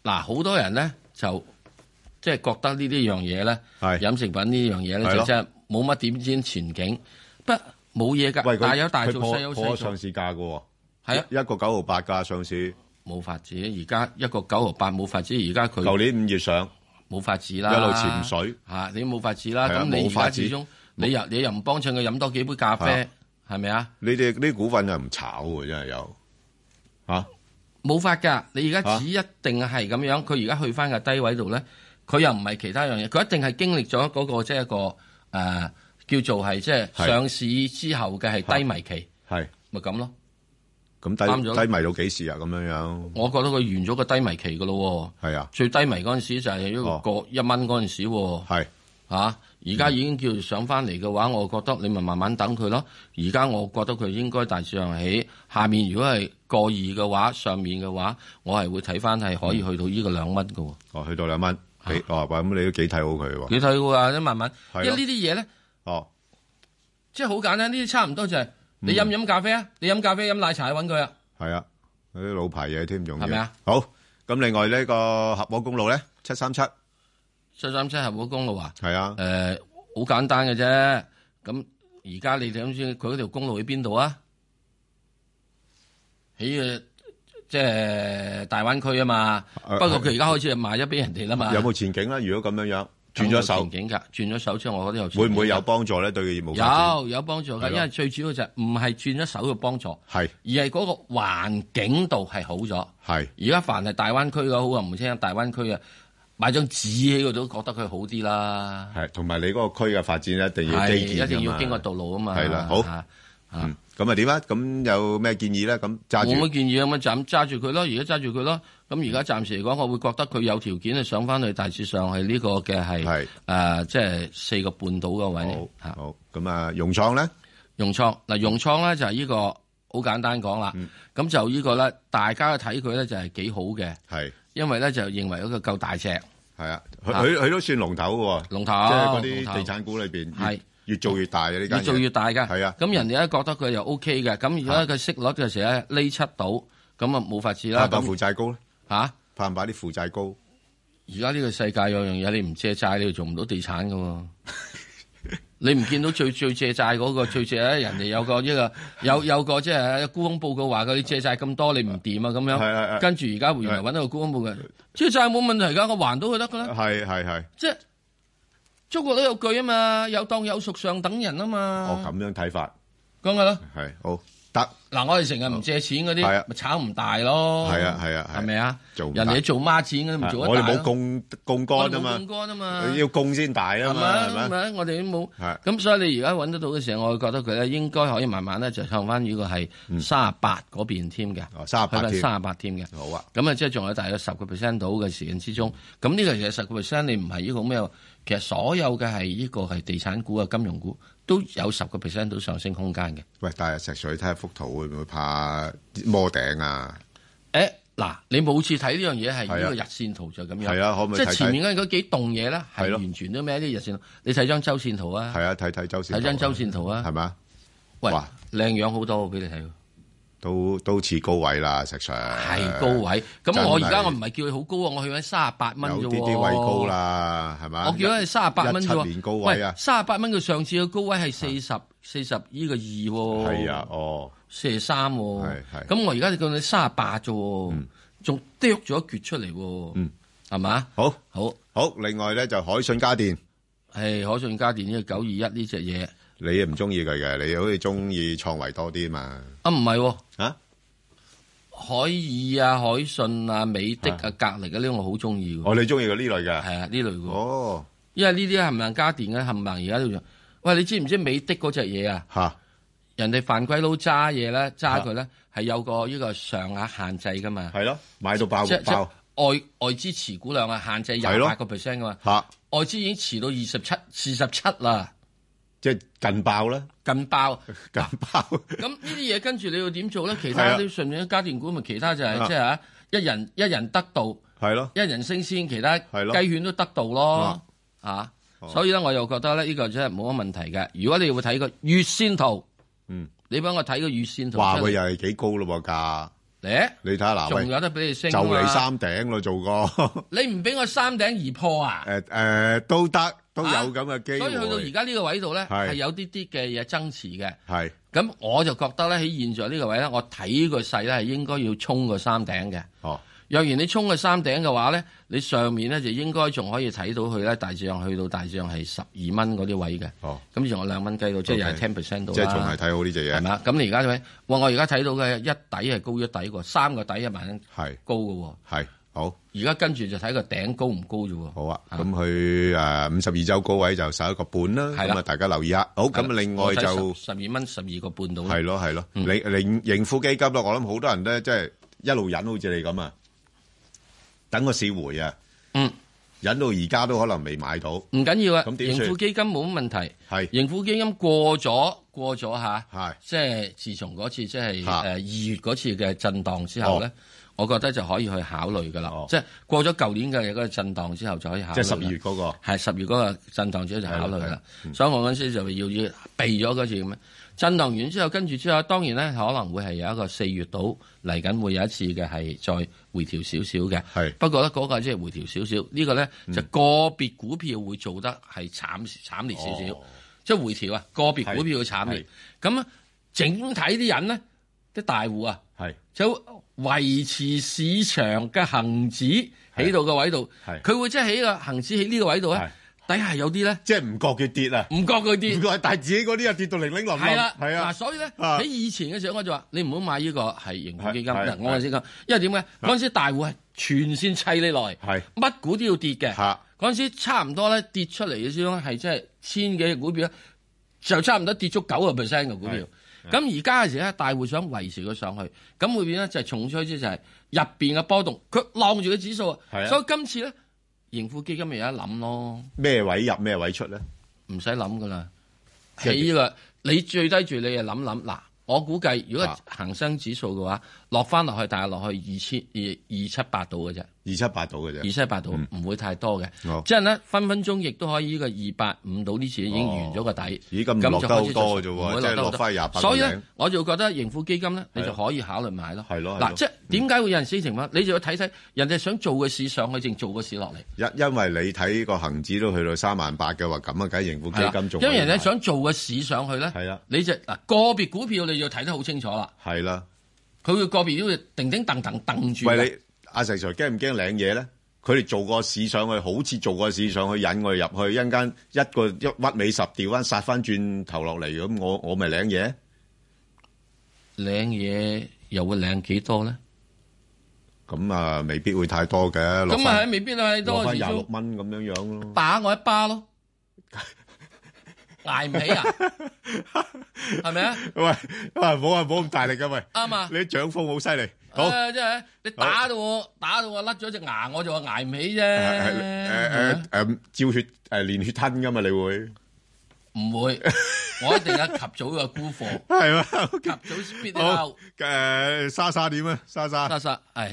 Speaker 2: 嗱，好多人咧就即係覺得呢啲樣嘢咧，飲食品呢樣嘢咧
Speaker 1: 係
Speaker 2: 就
Speaker 1: 咯
Speaker 2: 真係冇乜點先前景，不冇嘢㗎，
Speaker 1: 喂，佢
Speaker 2: 大有大做，
Speaker 1: 佢破
Speaker 2: 細有
Speaker 1: 破
Speaker 2: 細
Speaker 1: 咗上
Speaker 2: 做。
Speaker 1: 市價嘅喎，
Speaker 2: 係啊
Speaker 1: 一個九毫八價上市，
Speaker 2: 冇法子，而家一個九毫八冇法子，而家佢
Speaker 1: 舊年五月上，
Speaker 2: 冇法子啦，
Speaker 1: 一路潛水
Speaker 2: 嚇，你冇法子啦。
Speaker 1: 係啊
Speaker 2: 咁你
Speaker 1: 冇
Speaker 2: 而
Speaker 1: 法
Speaker 2: 家
Speaker 1: 子
Speaker 2: 始終你又你又唔幫襯佢飲多幾杯咖
Speaker 1: 係
Speaker 2: 啡
Speaker 1: 啊，
Speaker 2: 係咪啊？
Speaker 1: 呢啲呢啲股份又唔炒喎，真係有嚇
Speaker 2: 冇法㗎，你而家
Speaker 1: 啊
Speaker 2: 只一定係咁樣，佢而家去翻個低位度咧，佢又唔係其他樣嘢，佢一定係經歷咗嗰個即係一個誒、呃叫做係即係
Speaker 1: 係
Speaker 2: 上市之後嘅係低迷期，
Speaker 1: 係
Speaker 2: 咪咁咯。
Speaker 1: 咁
Speaker 2: 啱
Speaker 1: 低
Speaker 2: 咗
Speaker 1: 低迷到幾時啊？咁樣樣
Speaker 2: 我覺得佢完咗個低迷期㗎咯
Speaker 1: 係啊
Speaker 2: 喎，，最低迷嗰陣時就係一
Speaker 1: 哦
Speaker 2: 個過一蚊嗰陣時喎，
Speaker 1: 係
Speaker 2: 嚇，而
Speaker 1: 嗯
Speaker 2: 家已經叫上翻嚟嘅話，我覺得你咪慢慢等佢咯。而家我覺得佢應該大致上喺下面，如果係過二嘅話，上面嘅話，我係會睇翻係可以
Speaker 1: 嗯
Speaker 2: 去到呢個兩蚊嘅喎。
Speaker 1: 哦，去到兩蚊，幾哦，喂咁你都幾睇好佢喎，
Speaker 2: 你睇過啊？你慢慢，因
Speaker 1: 係
Speaker 2: 為
Speaker 1: 咯
Speaker 2: 呢啲嘢咧，
Speaker 1: 哦，
Speaker 2: 即係好簡單，呢啲差唔多就係你飲唔飲咖啡啊？你飲咖啡飲奶茶去揾佢啊？
Speaker 1: 係啊，嗰啲老牌嘢添，仲要
Speaker 2: 係咪啊？
Speaker 1: 好，咁另外呢個合和公路咧，七三七
Speaker 2: 七三七合和公路啊，
Speaker 1: 係啊，
Speaker 2: 誒好簡單嘅啫。咁而家你哋諗先，佢嗰條公路喺邊度啊？喺誒即係大灣區啊嘛。
Speaker 1: 誒
Speaker 2: 不過佢而家開始係賣咗俾人哋啦嘛。啊
Speaker 1: 有冇前景咧？如果咁樣樣轉咗手
Speaker 2: 有，前景㗎？轉咗手之後，我覺得有前景㗎。
Speaker 1: 會唔會有幫助咧？對佢業務發展
Speaker 2: 有有幫助
Speaker 1: 係
Speaker 2: 㗎？
Speaker 1: 咯
Speaker 2: 因為最主要就係唔係轉咗手嘅幫助，
Speaker 1: 係
Speaker 2: 而係嗰個環境度係好咗。
Speaker 1: 係
Speaker 2: 而家凡係大灣區嘅好啊，唔聽大灣區啊，買張紙喺嗰度覺得佢好啲啦。
Speaker 1: 係，同埋你嗰個區嘅發展一定要
Speaker 2: 係
Speaker 1: 基建
Speaker 2: 一定
Speaker 1: 㗎嘛
Speaker 2: 要經過道路啊嘛。
Speaker 1: 係啦，好
Speaker 2: 嚇，
Speaker 1: 嗯，咁啊點啊？咁有咩建議咧？咁揸
Speaker 2: 冇
Speaker 1: 住
Speaker 2: 乜建議啊嘛，就咁揸住佢咯。而家揸住佢咯。咁而家暫時嚟講，我會覺得佢有條件係上翻去大致上係呢個嘅係誒，即係四個半島嘅位。
Speaker 1: 好咁啊，融創咧，
Speaker 2: 融創嗱，融創咧就係呢個好簡單講啦。
Speaker 1: 嗯
Speaker 2: 咁就呢個咧，大家去睇佢咧就係幾好嘅，
Speaker 1: 係
Speaker 2: 因為咧就認為嗰個夠大隻。
Speaker 1: 係啊，佢佢佢都算龍頭嘅喎，
Speaker 2: 龍
Speaker 1: 即
Speaker 2: 頭
Speaker 1: 係嗰啲
Speaker 2: 龍頭
Speaker 1: 地產股裏邊
Speaker 2: 係
Speaker 1: 係越做越大嘅呢間嘢，
Speaker 2: 越做越大㗎。
Speaker 1: 係啊，
Speaker 2: 咁人哋咧覺得佢又 O K 嘅，咁而家佢息率嘅時候咧，呢七度，咁啊冇法子
Speaker 1: 怕
Speaker 2: 啦。
Speaker 1: 唔怕
Speaker 2: 咁
Speaker 1: 負債高咧？
Speaker 2: 嚇，
Speaker 1: 怕唔怕啲負債高？
Speaker 2: 而家呢個世界有樣嘢，你唔借債，你就做唔到地產 㗎喎。你唔見到最最借債嗰、個最借咧，人哋有個呢個有有個即係沽空報告話佢借債咁多，你唔掂啊咁
Speaker 1: 係係
Speaker 2: 樣。
Speaker 1: 係
Speaker 2: 跟住而家原來揾到個沽空報告，借債冇問題㗎，我還到佢得㗎啦。
Speaker 1: 係係係，
Speaker 2: 即係中國都有句啊嘛，有當有屬上等人啊
Speaker 1: 哦
Speaker 2: 嘛。
Speaker 1: 咁樣睇法
Speaker 2: 講㗎啦。
Speaker 1: 係好得。
Speaker 2: 嗱，我哋成日唔借錢嗰
Speaker 1: 係啊
Speaker 2: 啲，咪炒唔大咯。
Speaker 1: 係啊係啊係
Speaker 2: 係咪啊？
Speaker 1: 做唔大
Speaker 2: 人哋做孖展嗰啲，唔做
Speaker 1: 我
Speaker 2: 得
Speaker 1: 哋
Speaker 2: 大咯
Speaker 1: 冇供供幹啊
Speaker 2: 我
Speaker 1: 嘛
Speaker 2: 哋冇，槓桿啊嘛
Speaker 1: 要供先大啊
Speaker 2: 係
Speaker 1: 嘛，係咪？
Speaker 2: 咪咪？我哋都冇。
Speaker 1: 係
Speaker 2: 咁所以你而家揾得到嘅時候，我會覺得佢咧應該可以慢慢咧就向翻呢個係三十八嗰邊添嘅。
Speaker 1: 嗯哦38添
Speaker 2: 三十八添嘅。
Speaker 1: 好啊。
Speaker 2: 咁啊，即係仲有大約十個 percent 到嘅時間之中。咁呢個其實十個 percent 你唔係呢個咩？其實所有嘅係呢個係地產股啊、金融股都有十個 percent 到上升空間嘅。
Speaker 1: 喂，但係石水睇下幅圖會唔會怕摸頂啊？
Speaker 2: 誒嗱，你每次睇呢樣嘢係呢個
Speaker 1: 係
Speaker 2: 日
Speaker 1: 啊
Speaker 2: 線圖就咁樣，
Speaker 1: 係啊可唔可以
Speaker 2: 即
Speaker 1: 睇
Speaker 2: 係
Speaker 1: 睇
Speaker 2: 前面嗰幾棟嘢咧
Speaker 1: 係
Speaker 2: 係
Speaker 1: 咯
Speaker 2: 完全都咩呢日線圖？你睇張周線圖啊，
Speaker 1: 係啊，睇睇周線圖啊，
Speaker 2: 睇張周線圖啊，
Speaker 1: 係嘛？
Speaker 2: 喂
Speaker 1: 哇，
Speaker 2: 靚樣好多喎俾你睇喎，
Speaker 1: 都都似高位啦，石 Sir
Speaker 2: 係高位。咁我而家我唔
Speaker 1: 真係
Speaker 2: 係叫佢好高啊，我去緊三十八蚊啫
Speaker 1: 有
Speaker 2: 喎，
Speaker 1: 啲啲位高。啦，係嘛？
Speaker 2: 我叫佢三十八蚊啫
Speaker 1: 一七年
Speaker 2: 喎，
Speaker 1: 高位啊，
Speaker 2: 三十八蚊佢上次嘅高位係四十四十呢個二喎，
Speaker 1: 係啊，，哦，
Speaker 2: 四十三喎
Speaker 1: 係，係
Speaker 2: 咁我而家就叫你三十八啫喎，仲剁咗一橛出嚟喎
Speaker 1: 嗯，
Speaker 2: 係嘛？
Speaker 1: 好，
Speaker 2: 好，
Speaker 1: 好。另外咧就海信家電
Speaker 2: 係海信家電呢個九二一呢只嘢，
Speaker 1: 你唔中意佢嘅，你好似中意創維多啲嘛？
Speaker 2: 啊，唔係喎，
Speaker 1: 啊，
Speaker 2: 海爾啊、海信啊、美的啊、格力嗰啲，我好中意喎。
Speaker 1: 哦，你中意佢呢類嘅？
Speaker 2: 係啊，呢類嘅。
Speaker 1: 哦，
Speaker 2: 因為呢啲冚唪唥家電嘅冚唪唥而家都用。喂，你知唔知美的嗰只嘢啊？
Speaker 1: 嚇！
Speaker 2: 人哋犯鬼佬揸嘢咧，揸佢咧係有個呢個上額限制噶嘛。
Speaker 1: 啊係咯，買到爆
Speaker 2: 即即
Speaker 1: 爆
Speaker 2: 外外資持股量係限制
Speaker 1: 係
Speaker 2: 廿
Speaker 1: 咯
Speaker 2: 八個 percent 噶嘛。
Speaker 1: 嚇！
Speaker 2: 外資已經持到二十七、四十七啦。
Speaker 1: 即係近爆啦，
Speaker 2: 近爆，
Speaker 1: 近 爆。
Speaker 2: 咁呢啲嘢跟住你要點做咧？其
Speaker 1: 係
Speaker 2: 他
Speaker 1: 啊
Speaker 2: 啲順便家電股咪其他就係
Speaker 1: 啊
Speaker 2: 即係嚇一人一人得道，
Speaker 1: 係咯，
Speaker 2: 一人升先，其他
Speaker 1: 咯啊哦
Speaker 2: 雞犬都得道咯嚇。所以咧，我又覺得咧，呢個真係冇乜問題嘅。如果你會睇個月線圖，
Speaker 1: 嗯，
Speaker 2: 你幫我睇個月線圖出嚟，
Speaker 1: 華為又係幾高咯喎價。
Speaker 2: 咧，
Speaker 1: 你睇下嗱，喂
Speaker 2: 仲有得俾你升
Speaker 1: 就
Speaker 2: 啊嘛
Speaker 1: 你三頂咯， 做過
Speaker 2: 你唔俾我三頂而破啊！
Speaker 1: 誒誒都得，都有咁嘅機會。
Speaker 2: 所以去到而家呢個位度咧，
Speaker 1: 係
Speaker 2: 係有啲啲嘅嘢增持嘅。
Speaker 1: 係
Speaker 2: 咁我就覺得咧，喺現在呢個位咧，我睇個勢咧係應該要衝個三頂嘅。
Speaker 1: 哦，
Speaker 2: 若然你衝個三頂嘅話咧，你上面咧就應該仲可以睇到佢咧，大致上去到大致上係十二蚊嗰啲位嘅。
Speaker 1: 哦，
Speaker 2: 咁仲有兩蚊雞到，即係又係
Speaker 1: OK
Speaker 2: ten percent 到
Speaker 1: 即係仲係
Speaker 2: 啦。
Speaker 1: 睇好呢只嘢。
Speaker 2: 係嘛？咁你而家睇，哇！我而家睇到嘅一底係高一底喎，三個底一萬
Speaker 1: 係
Speaker 2: 高嘅喎。
Speaker 1: 係好。
Speaker 2: 而家跟住就睇個頂高唔高啫喎。
Speaker 1: 好啊，咁佢誒五十二周高位就十一個半啦，
Speaker 2: 係啦
Speaker 1: 咁啊大家留意下。好，咁另外就
Speaker 2: 十二蚊十二個半到啦。
Speaker 1: 係咯係咯，零零盈富基金咯，我諗好多人咧，即係一路忍好似你咁啊，等個市回啊，
Speaker 2: 嗯，
Speaker 1: 忍到而家都可能未買到，唔
Speaker 2: 唔緊要啊，
Speaker 1: 咁點
Speaker 2: 盈
Speaker 1: 算
Speaker 2: 富基金冇乜問題。
Speaker 1: 係
Speaker 2: 盈富基金過咗過咗下，
Speaker 1: 係
Speaker 2: 即係自從嗰次即係誒呃
Speaker 1: 嚇哦
Speaker 2: 二月嗰次嘅震盪之後咧，我覺得就可以去考慮噶啦。即係過咗舊年嘅嗰個震盪之後就可以考慮
Speaker 1: 即
Speaker 2: 啦。
Speaker 1: 係十二月嗰個
Speaker 2: 係十月嗰個震盪之後就考慮
Speaker 1: 係啦嗯
Speaker 2: 啦。所以我嗰陣時就要要避咗嗰次咁樣震盪完之後，跟住之後當然咧可能會係有一個四月到嚟緊會有一次嘅係再回調少少嘅。
Speaker 1: 係
Speaker 2: 不過咧嗰個即係回調少少，呢個咧就個別股票會做得係慘慘烈少少，即係回調啊，個別股票會慘烈。咁整體啲人咧，啲大户啊，
Speaker 1: 係
Speaker 2: 就維持市場嘅恒指喺度嘅位度，佢會即係喺個恒指喺呢個位度咧，底下有啲咧，
Speaker 1: 即係唔覺佢跌啊，
Speaker 2: 唔覺 佢跌，
Speaker 1: 覺，但係自己嗰啲又跌到零零落落，
Speaker 2: 係啦，
Speaker 1: 係啊
Speaker 2: 嗱，，所以咧
Speaker 1: 啊
Speaker 2: 喺以前嘅時候，我就話你唔好買呢個係盈富基金。
Speaker 1: 係係啊
Speaker 2: 嗱，我係先講，因為點咧？嗰陣時大户係全線砌你來，
Speaker 1: 係
Speaker 2: 乜股都要跌嘅。
Speaker 1: 嚇
Speaker 2: 嗰陣時差唔多咧跌出嚟嘅先係即係千幾隻股票咧，就差唔多跌足九個 percent 嘅股票。咁而家嘅時咧，大户想維持佢上去，咁會變咧就係重吹之就係入邊嘅波動，佢浪住個指數
Speaker 1: 係
Speaker 2: 啊。
Speaker 1: 啊
Speaker 2: 所以今次咧，盈富基金咪有得諗咯，
Speaker 1: 咩位入咩位出咧？
Speaker 2: 唔使諗噶啦。
Speaker 1: 即係
Speaker 2: 起啦，你最低住你就諗諗嗱，我估計如
Speaker 1: 啊
Speaker 2: 果恒生指數嘅話，落翻落去，大係落去二千二二七八度嘅啫，
Speaker 1: 二七八度嘅啫，
Speaker 2: 二七八度
Speaker 1: 嗯
Speaker 2: 唔會太多嘅
Speaker 1: 好，
Speaker 2: 即係咧分分鐘亦都可以呢個二八五度呢次已經完咗個底，
Speaker 1: 咦哦咁唔落得好多嘅啫喎
Speaker 2: 唔會
Speaker 1: 即係
Speaker 2: 得好
Speaker 1: 落返28
Speaker 2: 所以
Speaker 1: 個
Speaker 2: 咧
Speaker 1: 零，
Speaker 2: 我就覺得盈富基金咧，你
Speaker 1: 係
Speaker 2: 就
Speaker 1: 咯
Speaker 2: 可以考慮買咯。
Speaker 1: 係咯係咯
Speaker 2: 嗱，即係點解會有陣時情況，你就要睇睇人哋想做嘅市上去，定做嘅市落嚟。
Speaker 1: 因因為你睇個恒指都去到三萬八嘅話，咁啊，梗係盈富基
Speaker 2: 係啦
Speaker 1: 金仲
Speaker 2: 因為
Speaker 1: 可以
Speaker 2: 人哋
Speaker 1: 買
Speaker 2: 想做嘅市上去咧，
Speaker 1: 係啦
Speaker 2: 你就嗱個別股票你要睇得好清楚啦。
Speaker 1: 係啦。
Speaker 2: 佢會個別都會定定掟掟掟住㗎。
Speaker 1: 喂，你阿石 Sir 驚唔驚領嘢咧？佢哋做個市上去，好似做個市上去引我哋入去，一陣間一個一屈尾十調翻，殺翻轉頭落嚟咁，我我咪領嘢。
Speaker 2: 領嘢又會領幾多咧？
Speaker 1: 咁啊，未必會太多嘅，落
Speaker 2: 咁啊，
Speaker 1: 翻
Speaker 2: 係未必
Speaker 1: 落
Speaker 2: 係多
Speaker 1: 翻
Speaker 2: 時
Speaker 1: 廿六
Speaker 2: 都
Speaker 1: 蚊咁樣樣咯。
Speaker 2: 打我一巴咯，捱唔起啊？係咪啊？
Speaker 1: 喂，喂，冇啊，冇咁大力噶喂。
Speaker 2: 啱 啊
Speaker 1: 你啲掌風好犀利。好，
Speaker 2: 誒即係你打到我，打到我甩咗隻牙，我就話捱唔起啫。
Speaker 1: Ờ,
Speaker 2: 係
Speaker 1: 誒
Speaker 2: 咪啊
Speaker 1: 誒誒，照血誒連血吞噶嘛，你會
Speaker 2: 唔 會，我一定係及早嘅沽貨，
Speaker 1: 係嘛？
Speaker 2: 及早 spit it
Speaker 1: 好
Speaker 2: out。
Speaker 1: 誒，莎莎點啊？莎莎
Speaker 2: 得實，誒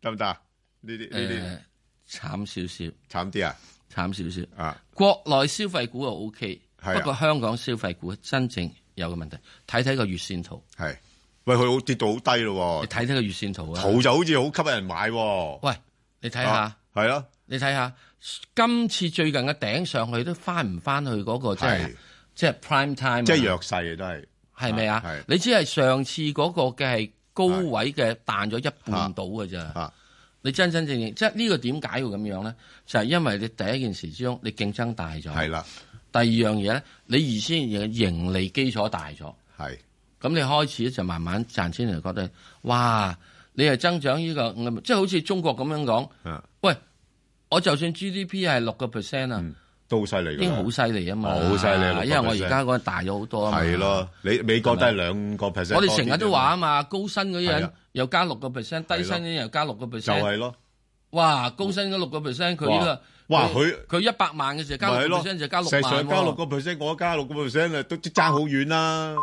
Speaker 1: 得唔得啊？呢啲呢
Speaker 2: 誒慘少少，
Speaker 1: 啲慘啲啊？
Speaker 2: 慘少少。
Speaker 1: 啊！
Speaker 2: 國內消費股就 O K，
Speaker 1: 係啊
Speaker 2: 不過香港消費股真正有個問題，睇睇個月線圖。
Speaker 1: 系，喂，佢好跌到好低咯
Speaker 2: 你睇睇個月線圖
Speaker 1: 喎，
Speaker 2: 啊！
Speaker 1: 圖哦就好似好吸引人買喎。
Speaker 2: 喂，你睇
Speaker 1: 啊
Speaker 2: 下，，
Speaker 1: 系咯，
Speaker 2: 你睇下，今次最近嘅頂上去都翻唔翻去嗰個即係
Speaker 1: 係
Speaker 2: 即係 prime time，啊
Speaker 1: 即係弱勢嘅都係，
Speaker 2: 係咪啊
Speaker 1: 係？
Speaker 2: 你只係上次嗰個嘅係高位嘅彈咗一
Speaker 1: 啊
Speaker 2: 半到嘅
Speaker 1: À,
Speaker 2: 咋。你真真正正即係呢個點解要咁樣咧？就係因為你第一件事之中，你競爭大咗。
Speaker 1: 係啦，
Speaker 2: 第二樣嘢咧，你原先嘅盈利基礎大咗，
Speaker 1: 係
Speaker 2: 咁你開始就慢慢賺錢嚟覺得，哇！你係增長呢、個，即係好似中國咁樣講，
Speaker 1: À,
Speaker 2: 喂，我就算 GDP 係六個 percent 啊，
Speaker 1: 都好犀利㗎
Speaker 2: 已
Speaker 1: 啦
Speaker 2: 經好犀利啊嘛，
Speaker 1: 嗯好犀利6%
Speaker 2: 因為我而家嗰個大咗好多啊嘛，
Speaker 1: 係咯，你美國都係兩個 percent，
Speaker 2: 我哋成日都話啊嘛，高薪嗰
Speaker 1: 係
Speaker 2: 啲人
Speaker 1: 啊
Speaker 2: 又加六個 percent，低薪嗰啲人又加六個
Speaker 1: 就
Speaker 2: percent，
Speaker 1: 係咯，
Speaker 2: 哇！高薪嗰六個 percent，佢呢個
Speaker 1: 哇哇佢
Speaker 2: 佢一百萬嘅時候加
Speaker 1: 咪係
Speaker 2: 六個
Speaker 1: 咯
Speaker 2: percent 就加六
Speaker 1: 石
Speaker 2: 萬
Speaker 1: Sir 加
Speaker 2: 喎
Speaker 1: 六個 percent，我加六個 percent 啊，都爭好遠啦。